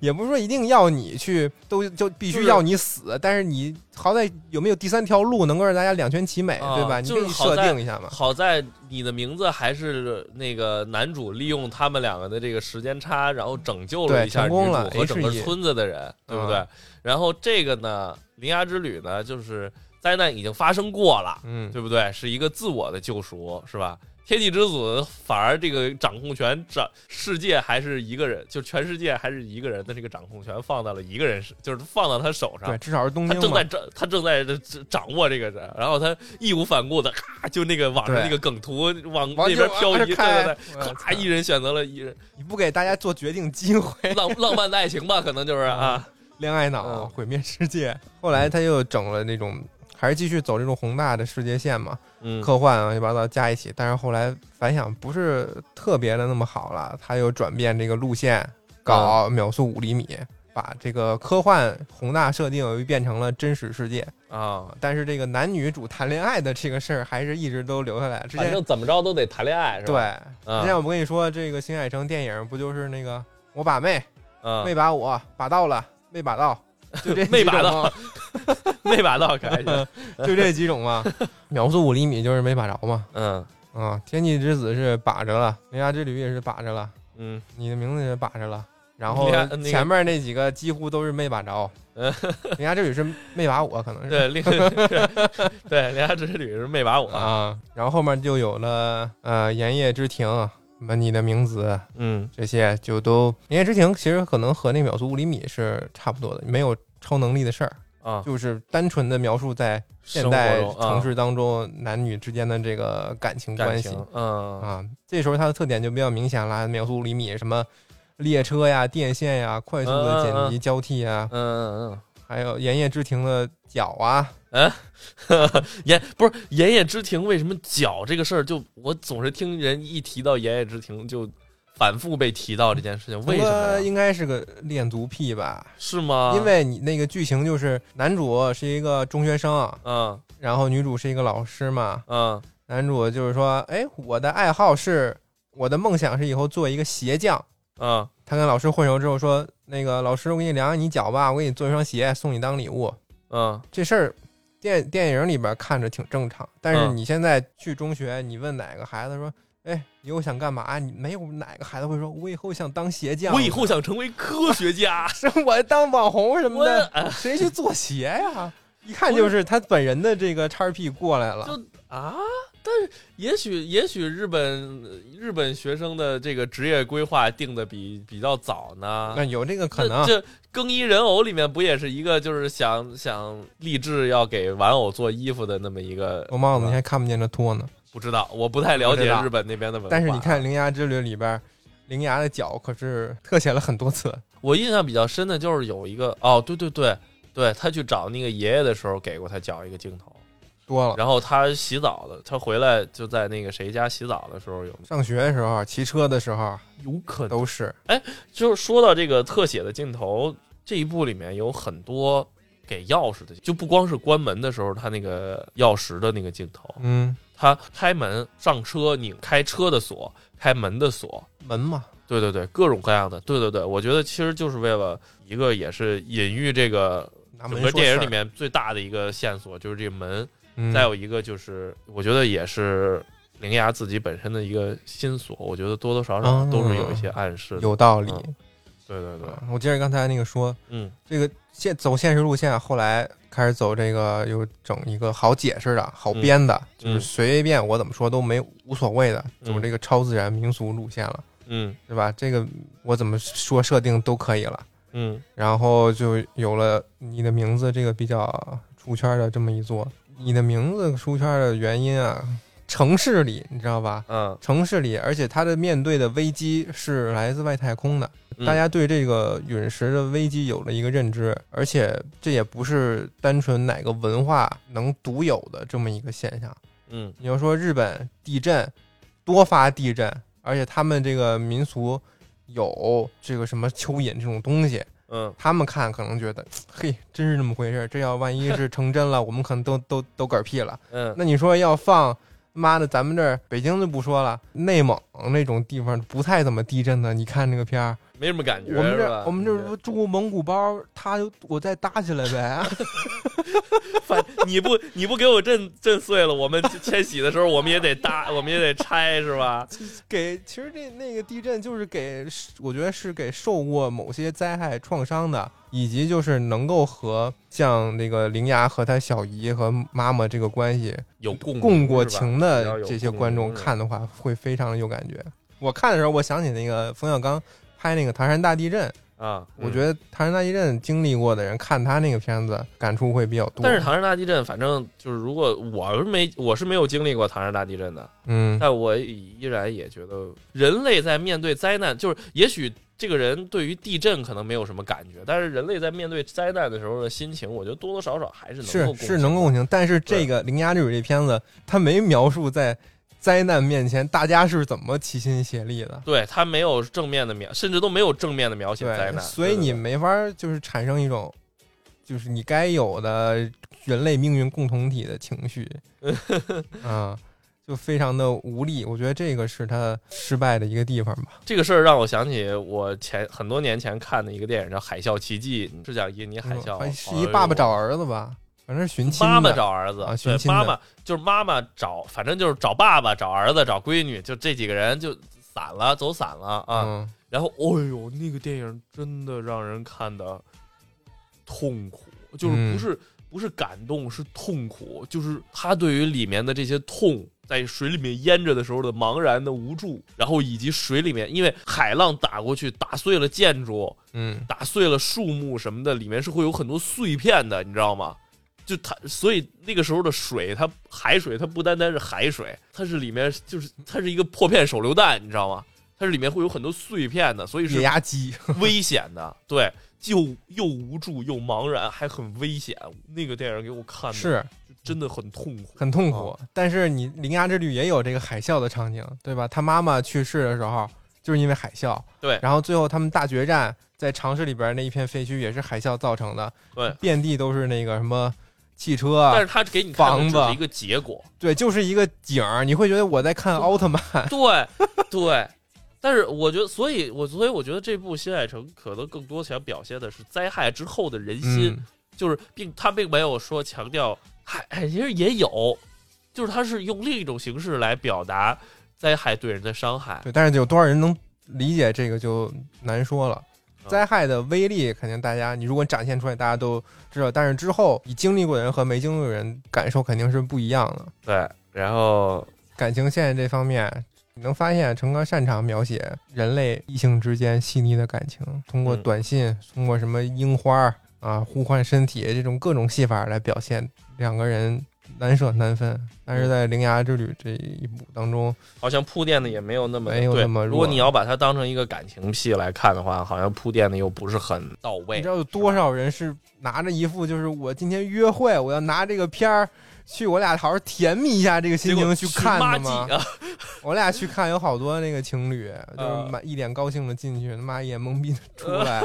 也不是说一定要你去，都就必须要你死，但是你好歹有没有第三条路能够让大家两全其美，啊对吧？你就可是以好设在定一下嘛。好在你的名字还是那个男主利用他们两个的这个时间差，然后拯救了对一下成女功主了和整个 HE 村子的人，对不对？然后这个呢，铃芽之旅呢，就是灾难已经发生过了，嗯，对不对？是一个自我的救赎，是吧？天地之子反而这个掌控权掌世界还是一个人，就全世界还是一个人的这个掌控权放到了一个人手，就是放到他手上对，。至少是东他京正嘛在。掌，他正在掌握这个人，然后他义无反顾的，咔，就那个网上对那个梗图往往那边漂移，对对开，嗯对，我操咔，一人选择了一人，你不给大家做决定机会， *laughs* 浪浪漫的爱情吧，可能就是啊，恋爱脑嗯毁灭世界。后来他又整了那种，还是继续走这种宏大的世界线嘛。嗯科幻啊乱七八糟加一起，但是后来反响不是特别的那么好了，他又转变这个路线，嗯搞秒速五厘米，把这个科幻宏大设定又变成了真实世界。啊，但是这个男女主谈恋爱的这个事儿还是一直都留下来。之反前正怎么着都得谈恋爱，是对吧？，嗯之前我不跟你说这个新海诚电影不就是那个我把妹，嗯，妹把我把到了，妹把 *laughs* 到，就这妹把到， *laughs* 没把到 *laughs* 开心，就这几种 *laughs* 嘛。秒速五厘米就是没把着嘛。嗯啊，天气之子是把着了，铃芽之旅也是把着了，嗯你的名字也把着了，然后铃芽那个前面那几个几乎都是没把着嗯，铃芽之旅是没把我，可能是 *laughs* 对，另对，恋爱之旅是没把我，啊，然后后面就有了呃盐业之庭，什么你的名字嗯这些就都盐业之庭其实可能和那秒速五厘米是差不多的，没有超能力的事儿，啊，就是单纯的描述在现生活代中啊城市当中男女之间的这个感情感关系情。，嗯啊，这时候它的特点就比较明显了，秒速五厘米，什么列车呀、电线呀、快速的剪嗯嗯辑交替啊，嗯嗯还有盐业之庭的脚啊，嗯， *laughs* 言不是言叶之庭，为什么脚这个事儿就我总是听人一提到言叶之庭就反复被提到这件事情，为什么呃呀？啊应该是个恋足癖吧？是吗？因为你那个剧情就是男主是一个中学生，嗯然后女主是一个老师嘛，嗯男主就是说，哎，我的爱好是，我的梦想是以后做一个鞋匠。嗯，他跟老师混熟之后说，那个老师，我给你量你脚吧，我给你做一双鞋送你当礼物。嗯，这事儿电电影里边看着挺正常，但是嗯你现在去中学，你问哪个孩子说，哎，你以后想干嘛？你没有哪个孩子会说，我以后想当鞋匠，。我以后想成为科学家 *laughs* 是我当网红什么我的，谁去做鞋呀？一看就是他本人的这个叉 P 过来了就，啊，但是也许也许日本日本学生的这个职业规划定的比比较早呢。那有这个可能。啊这这更衣人偶里面不也是一个就是想想立志要给玩偶做衣服的那么一个？我帽子你还看不见这托呢，不知道，我不太了不知解道日本那边的文化。但是你看《铃芽之旅》里边，铃芽的脚可是 *laughs* 特写了很多次。我印象比较深的就是有一个哦，对对对对，他去找那个爷爷的时候给过他脚一个镜头，多了。然后他洗澡的，他回来就在那个谁家洗澡的时候有上学的时候，骑车的时候有可能，都是，就是说到这个特写的镜头，这一部里面有很多给钥匙的，就不光是关门的时候他那个钥匙的那个镜头，嗯，他开门上车拧开车的锁，开门的锁，门嘛，对对对，各种各样的，对对对，我觉得其实就是为了一个也是隐喻这个拿门整说事个儿电影里，面最大的一个线索就是这个门，嗯再有一个就是我觉得也是灵牙自己本身的一个心锁，我觉得多多少少嗯都是有一些暗示的。有道理。嗯对对对，我接着刚才那个说，嗯这个现走现实路线，后来开始走这个有整一个好解释的、嗯好编的，就是随便我怎么说都没无所谓的，嗯走这个超自然民俗路线了，嗯对吧？这个我怎么说设定都可以了。嗯，然后就有了你的名字这个比较出圈的这么一座。你的名字出圈的原因啊，城市里你知道吧？嗯，城市里，而且它的面对的危机是来自外太空的，嗯大家对这个陨石的危机有了一个认知，而且这也不是单纯哪个文化能独有的这么一个现象。嗯你要说日本地震，多发地震，而且他们这个民俗有这个什么蚯蚓这种东西，嗯他们看可能觉得，嘿，真是这么回事儿。这要万一是成真了，我 *laughs* 们可能都都都嗝屁了。嗯那你说要放，妈的，咱们这儿北京就不说了，内蒙那种地方不太怎么地震的。你看那个片儿，没什么感觉，我们是吧嗯这我们这你不住蒙古包，他就我再搭起来呗。反你不你不给我震震碎了，我们迁徙的时候我们也得搭，我们也得拆，是吧？ *laughs* 给，其实这那个地震就是给，我觉得是给受过某些灾害创伤的，以及就是能够和像那个灵牙和他小姨和妈妈这个关系有共共过过情的这些观众，看的话，会非常有感觉。我看的时候，我想起那个冯小刚拍那个唐山大地震，啊，我嗯觉得唐山大地震经历过的人看他那个片子感触会比较多。但是唐山大地震，反正就是如果我是没我是没有经历过唐山大地震的，嗯，但我依然也觉得人类在面对灾难，就是也许这个人对于地震可能没有什么感觉，但是人类在面对灾难的时候的心情，我觉得多多少少还是能是够是能共情情，但是这对个《零压之旅》这片子，他没描述在灾难面前大家是怎么齐心协力的的。。对他没有正面的描，甚至都没有正面的描写灾对，难，所以对你没法儿就是产生一种，就是你该有的人类命运共同体的情 *laughs* 绪，啊，就非常的无力。我觉得这个是他失败的一个地方吧。这个事儿让我想起我前很多年前看的一个电影叫《海啸奇迹》，是讲印尼海啸，嗯是好一像爸我爸找儿子吧，反正是寻亲哎妈妈的找儿子，啊寻对，亲的妈妈就是妈妈找，反正就是找爸爸、找儿子、找闺女，就这几个人就散了，走散了啊。嗯，然后，哎呦，那个电影真的让人看的痛苦，就是嗯不是、不是感动，是痛苦，就是他对于里面的这些痛。在水里面淹着的时候的茫然的无助，然后以及水里面，因为海浪打过去打碎了建筑，嗯，打碎了树木什么的，里面是会有很多碎片的，你知道吗？就它，所以那个时候的水，它海水，它不单单是海水，它是里面就是它是一个破片手榴弹，你知道吗？它是里面会有很多碎片的，所以野是鸭鸡， *laughs* 危险的。对，又又无助又茫然，还很危险。那个电影给我看的是就真的很痛苦，很痛哦苦。但是你《铃芽之旅》也有这个海啸的场景，对吧？他妈妈去世的时候就是因为海啸，对然后最后他们大决战在长市里边那一片废墟也是海啸造成的，对，遍地都是那个什么汽车啊但，是它给你看的房子只是一个结果，对，就是一个景儿，你会觉得我在看奥特曼。 *laughs* 对对。但是我觉得，所以我所以我觉得这部《新海诚》可能更多想表现的是灾害之后的人心，嗯，就是并他并没有说强调，嗨，哎其实也有，就是他是用另一种形式来表达灾害对人的伤害。对，但是有多少人能理解这个就难说了。嗯灾害的威力肯定大家，你如果展现出来，大家都知道。但是之后，你经历过的人和没经历过的人感受肯定是不一样的。对，然后感情线这方面，你能发现成哥擅长描写人类异性之间细腻的感情，通过嗯短信，通过什么樱花儿啊、互换身体这种各种戏法来表现两个人难舍难分。但嗯是在《铃芽之旅》这一部当中，好像铺垫的也没有那么没有那么弱对如果你要把它当成一个感情戏来看的话，好像铺垫的又不是很到你位知。道有多少人是拿着一副就是我今天约会，我要拿这个片儿去我俩好好甜蜜一下这个心情去看妈的鸡吗？啊！我俩去看有好多那个情 *laughs* 侣，就是呃满一脸高兴的进去，他妈一脸懵逼的出嗯来。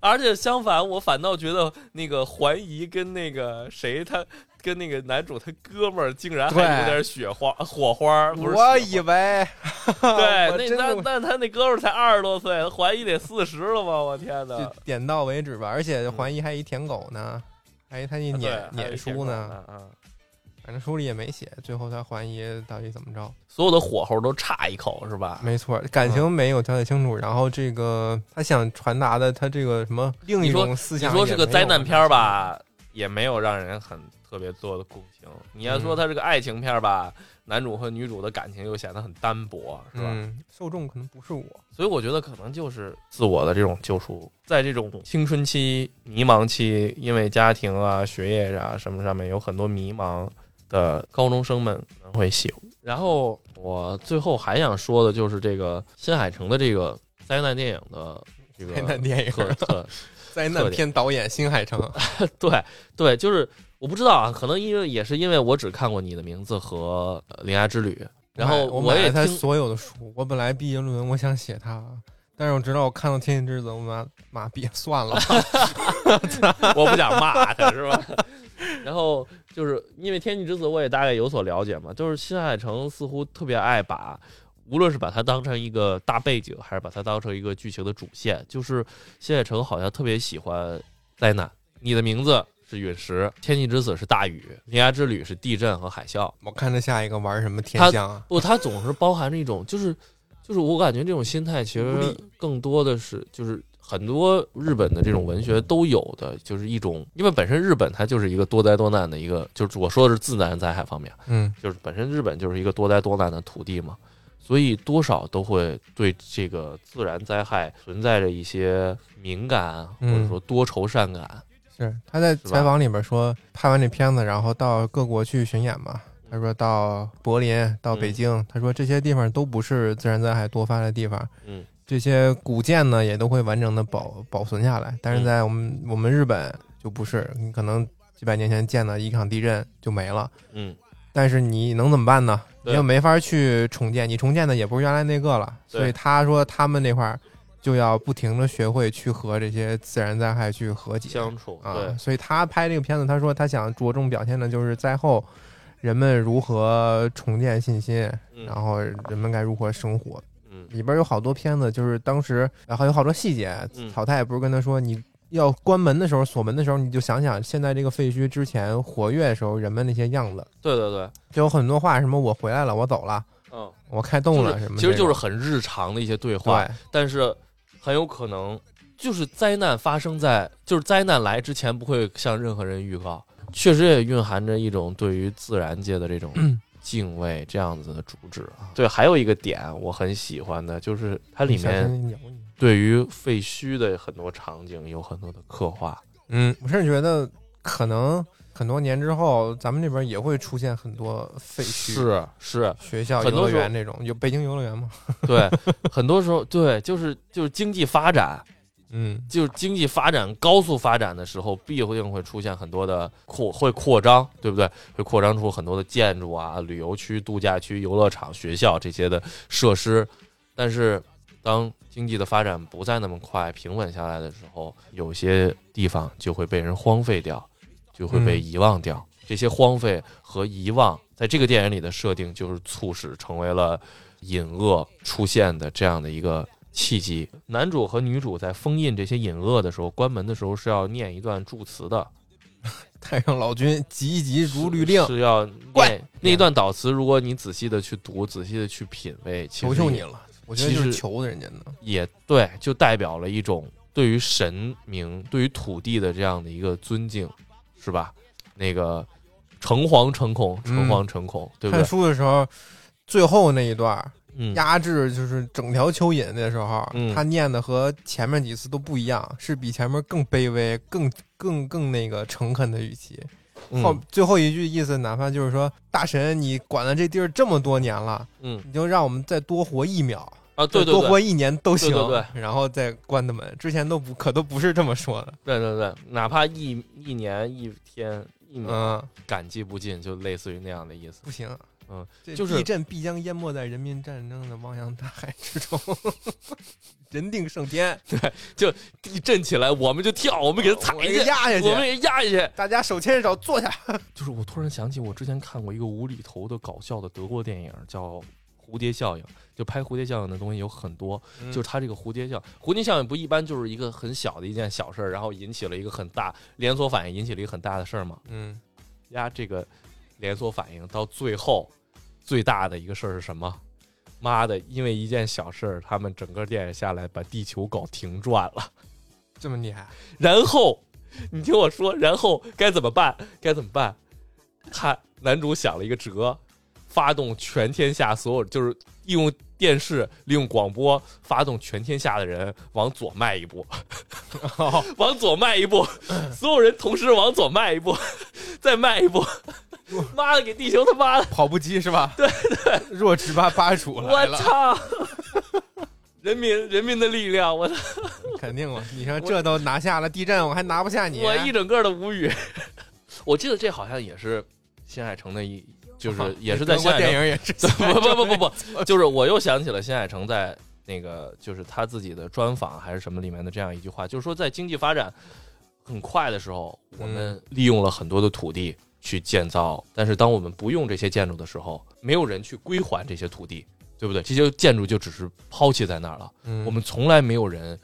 而且相反，我反倒觉得那个环怡跟那个谁他。跟那个男主他哥们儿竟然还对有点雪花火花，不是我以雪为，花我对，那真那的那他那哥们儿才二十多岁，怀疑得四十了吧？我天哪就！点到为止吧。而且环一还一舔狗呢，还他一撵嗯啊对撵书呢，？还有一些嗯，反正书里也没写。最后他环一到底怎么着？所有的火候都差一口是吧？没错，感嗯情没有交代清楚。然后这个他想传达的，他这个什么另一你说种思你想，说是个灾难片儿？吧，也没有让人很特别做的共情。你要嗯说它是个爱情片儿吧，男主和女主的感情又显得很单薄，是吧？嗯，受众可能不是我。所以我觉得可能就是自我的这种救赎，在这种青春期、迷茫期，因为家庭啊、学业啊什么上面有很多迷茫的高中生们可能会喜欢。然后我最后还想说的就是这个新海诚的这个灾难电影的这个灾难电影，啊特特灾难片导演新海诚，对对，就是我不知道啊，可能因为也是因为我只看过你的名字和呃《铃芽之旅》， *laughs* 然后我我买也了他听所有的书。我本来毕业论文我想写他，但是我知道我看到《天气之子》，我妈妈别算了吧，我不想骂他是吧？ *laughs* 然后就是因为《天气之子》，我也大概有所了解嘛，就是新海诚似乎特别爱把，无论是把它当成一个大背景，还是把它当成一个剧情的主线，就是新海诚好像特别喜欢灾难。你的名字是陨石，《天气之子》是大雨，《铃芽之旅》是地震和海啸。我看他下一个玩什么天他象啊？不，它总是包含着一种，就是就是我感觉这种心态其无实力更多的是就是。很多日本的这种文学都有的，就是一种，因为本身日本它就是一个多灾多难的一个，就是我说的是自然灾害方面，嗯，就是本身日本就是一个多灾多难的土地嘛，所以多少都会对这个自然灾害存在着一些敏感，或嗯者说多愁善感。是他在采访里边说，拍完这片子，然后到各国去巡演嘛。他说到柏林，到北京，他说这些地方都不是自然灾害多发的地方，嗯，这些古建呢也都会完整的保保存下来。但是嗯在我们、我们日本就不是，你可能几百年前建的一场地震就没了。嗯，但是你能怎么办呢？对你又没法去重建，你重建的也不是原来那个了。对所以他说他们那块儿就要不停的学会去和这些自然灾害去和解相处对、啊。所以他拍这个片子，他说他想着重表现的就是灾后人们如何重建信心，嗯然后人们该如何生活。嗯里边有好多片子，就是当时然后有好多细节嗯，草太不是跟他说你。要关门的时候，锁门的时候，你就想想现在这个废墟之前活跃的时候人们那些样子，对对对，就有很多话，什么我回来了，我走了，嗯，我开动就了，是什么其实这就是种很日常的一些对话，对，但是很有可能就是灾难发生在，就是灾难来之前不会向任何人预告，确实也蕴含着一种对于自然界的这种敬畏这样子的主旨啊。对，还有一个点我很喜欢的就是它里小面心咬你对于废墟的很多场景有很多的刻画，嗯，我甚至觉得可能很多年之后，咱们这边也会出现很多废墟，是是，学校、很游多乐时候园这种，有北京游乐园嘛？对，很多时候 *laughs* 对，就是就是经济发展，嗯，就是经济发展高速发展的时候，必定会出现很多的扩会扩张，对不对？会扩张出很多的建筑啊、旅游区、度假区、游乐场、学校这些的设施。但是，当经济的发展不再那么快，平稳下来的时候，有些地方就会被人荒废掉，就会被遗忘掉。这些荒废和遗忘，在这个电影里的设定，就是促使成为了隐恶出现的这样的一个契机。男主和女主在封印这些隐恶的时候，关门的时候是要念一段祝词的，太上老君急急如律令，是要怪念那一段导词。如果你仔细的去读，仔细的去品味，其实求求你了！我觉得就其是实求的人家呢。也对，就代表了一种对于神明、对于土地的这样的一个尊敬，是吧？那个诚惶诚恐，嗯诚惶诚恐，对不看对？书的时候，最后那一段儿嗯，压制就是整条蚯蚓的时候，嗯他念的和前面几次都不一样，是比前面更卑微、更更更那个诚恳的语气。后嗯最后一句意思，哪怕就是说，大神，你管了这地儿这么多年了，嗯你就让我们再多活一秒，啊，对对多对活一年都行，对对然后再关的门。之前都不可都不是这么说的，对对对，哪怕一一年一天一年嗯，感激不尽，就类似于那样的意思。不行，嗯，这就是地震必将淹没在人民战争的汪洋大海之 *laughs* 中，人定胜天，地震起来，我们就跳，我们给它踩我下给去，压下我们去，给压下去。大家手牵着手坐下。就是我突然想起，我之前看过一个无厘头的搞笑的德国电影，叫《蝴蝶效应》，就拍蝴蝶效应的东西有很多，嗯就是它这个蝴蝶效，蝴蝶效应不一般就是一个很小的一件小事儿，然后引起了一个很大连锁反应，引起了一个很大的事儿嘛。嗯，呀，这个连锁反应到最后最大的一个事儿是什么？妈的，因为一件小事儿，他们整个电影下来把地球搞停转了。这么厉害，然后你听我说，然后该怎么办？该怎么办？看男主想了一个辙，发动全天下所有，就是利用电视、利用广播，发动全天下的人往左迈 *laughs* 一步，往左迈一步，所有人同时往左迈一步， *laughs* 再 *laughs* 迈一步，妈的，给地球他妈的，跑步机是 *laughs* 吧？对对，弱智吧吧主来我了，操！ *laughs* 人民人民的力量，我肯定嘛！你说这都拿下了地震，我还拿不下你，我一整个的无语。 *laughs* 我记得这好像也是新海诚的一，就是也是在德新国海电诚， *laughs* 影也是不不不不不，就是我又想起了新海诚在那个就是他自己的专访还是什么里面的这样一句话，就是说在经济发展很快的时候，我们利用了很多的土地去建造，但是当我们不用这些建筑的时候，没有人去归还这些土地，对不对？这些建筑就只是抛弃在那儿了。嗯我们从来没有人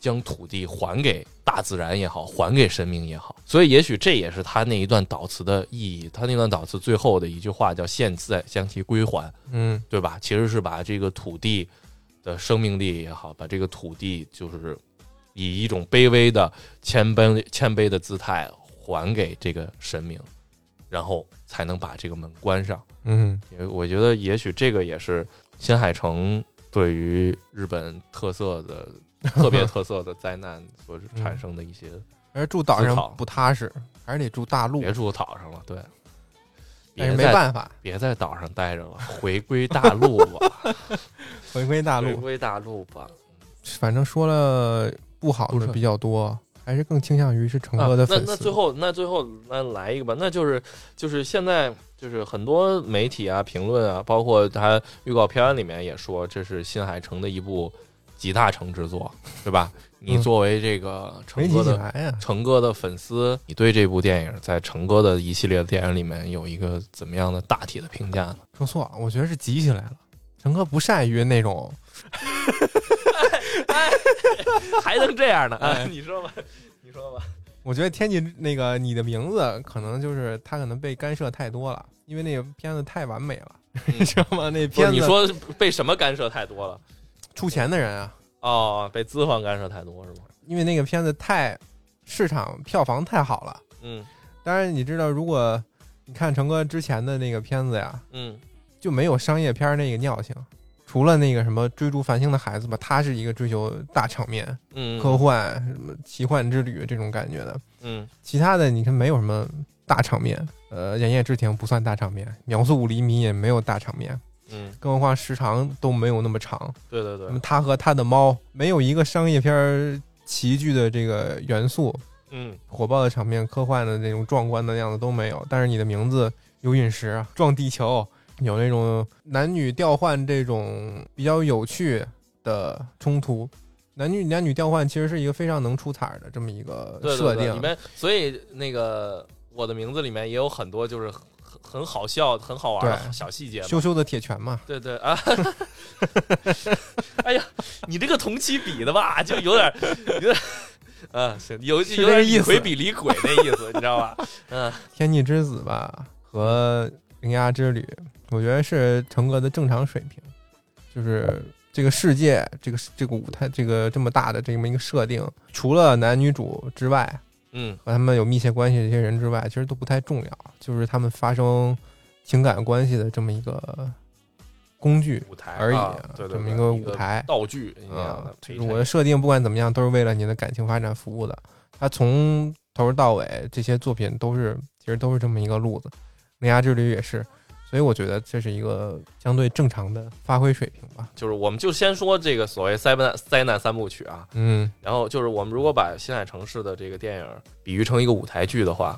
将土地还给大自然也好，还给神明也好，所以也许这也是他那一段导词的意义。他那段导词最后的一句话叫“现在将其归还嗯”，对吧？其实是把这个土地的生命力也好，把这个土地就是以一种卑微的谦卑谦卑的姿态还给这个神明，然后才能把这个门关上。嗯因为我觉得也许这个也是新海诚对于日本特色 *laughs* 的特别特色的灾难所嗯产生的一些而住岛思考上不踏实，还是得住大陆别，住岛上了，对，但是别没在办法，别在岛上待着了，回归大陆 *laughs* 吧，回归大回陆。归大陆 *laughs* 吧。反正说了不好不是的比较多，还是更倾向于是成啊哥的那粉那丝最。后那最后那来一个吧，那就是就是现在就是很多媒体啊、评论啊，包括他预告片里面也说，这是新海诚的一部集大成之作，对吧？你嗯作为这个没成提哥起的来呀，成哥的粉丝，你对这部电影在成哥的一系列电影里面有一个怎么样的大体的评价呢？说错了，我觉得是急起来了。成哥不善于那种， *laughs* 还能这样呢？哎 *laughs* 你说吧，你说吧。我觉得天气那个你的名字可能就是他可能被干涉太多了，因为那个片子太完美了，你 *laughs* 知道吗？那嗯不是片你子说被什么干涉太多了？出钱的人啊，哦，被资方干涉太多是吗？因为那个片子太市场票房太好了。嗯当然，你知道，如果你看成哥之前的那个片子呀，嗯就没有商业片儿那个尿性。除了那个什么《追逐繁星的孩子》吧，他是一个追求大场面、嗯，科幻、什么奇幻之旅这种感觉的。嗯其他的你看没有什么大场面，呃，《炎夜之庭》不算大场面，《秒速五厘米》也没有大场面，嗯，更何况时长都没有那么长。对对那么对，他和他的猫没有一个商业片儿齐聚的这个元素，嗯火爆的场面、科幻的那种壮观的样子都没有，但是你的名字有陨石啊，撞地球，有那种男女调换这种比较有趣的冲突。男女男女调换其实是一个非常能出彩儿的这么一个对设对定啊对，里，面所以那个我的名字里面也有很多就是很很好笑、很好玩对的小细节嘛。羞羞的铁拳嘛，对对啊， *laughs* 哎呀，你这个同期比的吧，就有点有点。啊，行，有是这有点个意思以鬼比李鬼那意思，你知道吧？嗯，天气之子吧和铃芽之旅，我觉得是成哥的正常水平，就是这个世界，这个这个舞台，这个这么大的这么一个设定，除了男女主之外，嗯，和他们有密切关系的这些人之外，其实都不太重要，就是他们发生情感关系的这么一个工具舞台而已，啊对对，这么对一个舞台。道具一样啊的，陪就是衬我的设定不管怎么样，都是为了你的感情发展服务的。它从头到尾，这些作品都是其实都是这么一个路子，《铃芽之旅》也是，所以我觉得这是一个相对正常的发挥水平吧。就是我们就先说这个所谓灾难灾难三部曲啊，嗯，然后就是我们如果把《新海诚市》的这个电影比喻成一个舞台剧的话，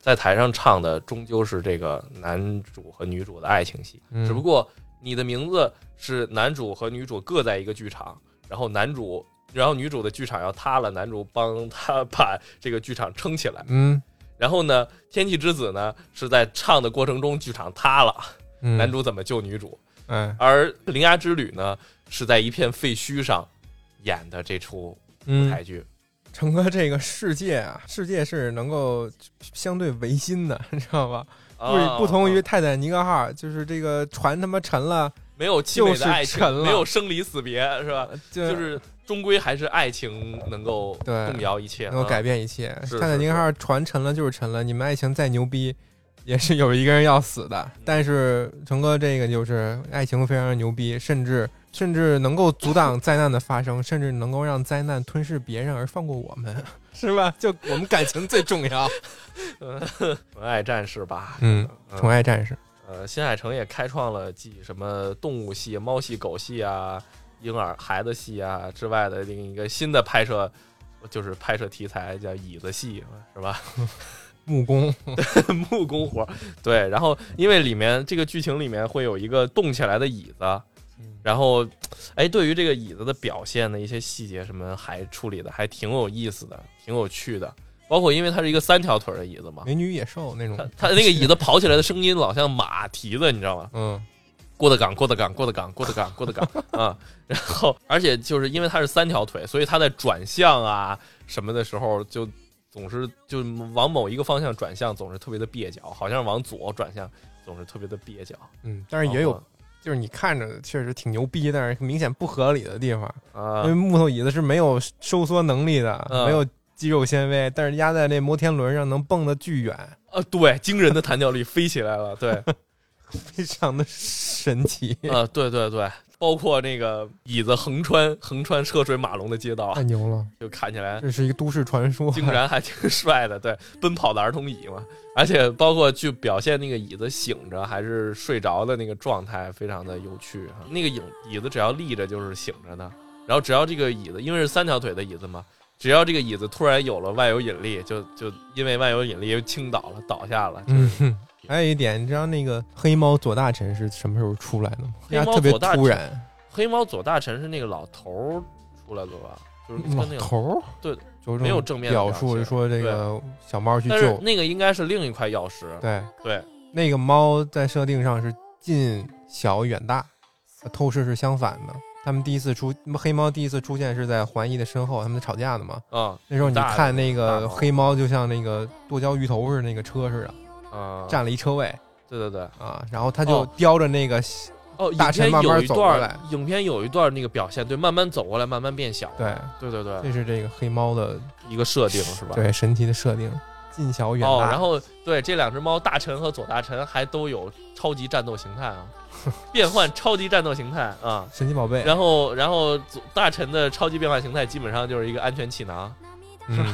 在台上唱的终究是这个男主和女主的爱情戏，嗯只不过你的名字是男主和女主各在一个剧场，然后男主。然后女主的剧场要塌了，男主帮她 *laughs* 把这个剧场撑起来。嗯然后呢，《天气之子》呢是在唱的过程中剧场塌了，嗯，男主怎啊么救女主？哎，而《铃芽之旅》呢，是在一片废墟上演的这出舞嗯，台剧。成哥这个世界啊，世界是能够相对维新的，你知道吧？不啊不同于泰坦尼克号，就是这个船他妈沉了，没有凄美的爱就是情，沉了没有生离死别，是吧？就就是终归还是爱情能够对动摇一切，能够改啊变一切。是泰坦尼克号船沉了就是沉了，你们爱情再牛逼，也是有一个人要死的。嗯但是成哥这个就是爱情非常牛逼，甚至甚至能够阻挡灾难的发生，甚至能够让灾难吞噬别人而放过我们， *laughs* 是吧？就我们感情最重要。纯爱战士吧。嗯，宠爱战士，呃，新海诚也开创了继什么动物系、猫系、狗系啊、婴儿、孩子系啊之外的另一个新的拍摄，就是拍摄题材叫椅子戏，是吧？ *laughs* 木工，木工活儿，对。然后因为里面这个剧情里面会有一个动起来的椅子，然后，哎，对于这个椅子的表现的一些细节什么，还处理的还挺有意思的，挺有趣的。包括因为它是一个三条腿儿的椅子嘛，美女野兽那种它。它啊那个椅子跑起来的声音老像马蹄子，你知道吗？嗯，郭德纲，郭德纲，郭德纲，郭德纲，郭德纲 *laughs* 啊、然后，而且就是因为它是三条腿，所以它在转向啊什么的时候，就总是就往某一个方向转向，总是特别的蹩脚，好像往左转向总是特别的蹩脚。嗯，但是也有啊，就是你看着确实挺牛逼，但是明显不合理的地方，啊因为木头椅子是没有收缩能力的，嗯没有肌肉纤维，但是压在那摩天轮上能蹦得巨远，啊，对，惊人的弹跳力，飞起来了，对。 *laughs* 非常的神奇，啊，对对对，包括那个椅子横穿横穿车水马龙的街道 *laughs* 太，牛了！就看起来这哎是一个都市传 *laughs* 说，啊竟然还挺帅的。 *laughs* 对，奔跑的儿童椅嘛，而且包括去表现那个椅子醒着还是睡着的那个状态，非常的有趣哈。那个影椅子只要立着就是醒着的，然后只要这个椅子，因为是三条腿的椅子嘛。只要这个椅子突然有了万有引力，就就因为万有引力又倾倒了，倒下了。就是嗯，哼 *laughs* 还有一点，你知道那个黑猫左大臣是什么时候出来的吗？黑猫呀特别左大臣突然，黑猫左大臣是那个老头儿出来的吧？就是跟老那个头儿对，就没有正面的表表述，现说这个小猫去但是救，那个应该是另一块钥匙，对对，那个猫在设定上是近小远大，透视是相反的。他们第一次出黑猫第一次出现是在环一的身后，他们在吵架呢嘛。嗯那时候你大的看那大个猫黑猫，就像那个剁椒鱼头似的那个车似的，啊，占了一车位对对对，啊，然后它就哦叼着那个，哦，影大臣片慢慢有一走过段来儿，影片有一段儿那个表现，对，慢慢走过来，慢慢变小，对，对对对，这是这个黑猫的一个啊设定是吧？对神奇的设定，近小远大。哦，然后对这两只猫大臣和左大臣还都有超级战斗形态啊，变换超级战斗形态 *laughs* 啊，神奇宝贝，然后然后左大臣的超级变换形态基本上就是一个安全气囊，嗯，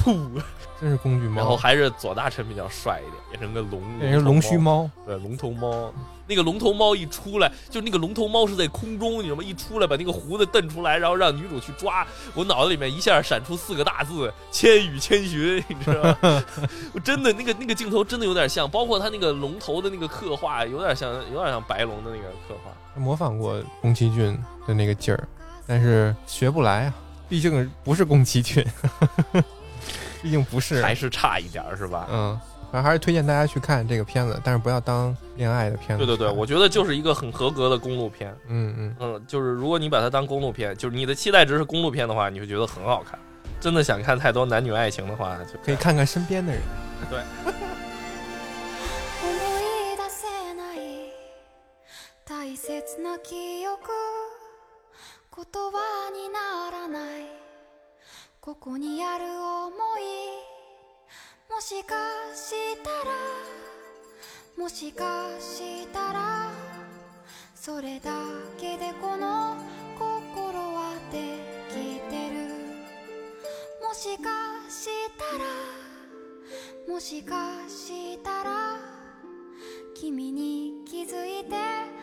噗，真是工具然后猫，还是左大臣比较帅一点，变成个龙，那是龙须猫。猫，对，龙头猫，那个龙头猫一出来，就那个龙头猫是在空中，你知道吗？一出来把那个胡子瞪出来，然后让女主去抓，我脑子里面一下闪出四个大字“千与千寻”，你知道吗？ *laughs* 我真的那个那个镜头真的有点像，包括他那个龙头的那个刻画，有点像有点像白龙的那个刻画。模仿过宫崎骏的那个劲儿，但是学不来啊，毕 *laughs* 竟不是宫崎骏，毕竟不是，还是差一点儿是吧？嗯，反正还是推荐大家去看这个片子，但是不要当恋爱的片子对去对看。对，我觉得就是一个很合格的公路片。嗯嗯，嗯，就是如果你把它当公路片，就是你的期待值是公路片的话，你会觉得很好看。真的想看太多男女爱情的话，就可以看看身边的人。思い出せない大切な記憶言葉にならないここにある想いもしかしたらもしかしたらそれだけでこの心はできてるもしかしたらもしかしたら君に気づいて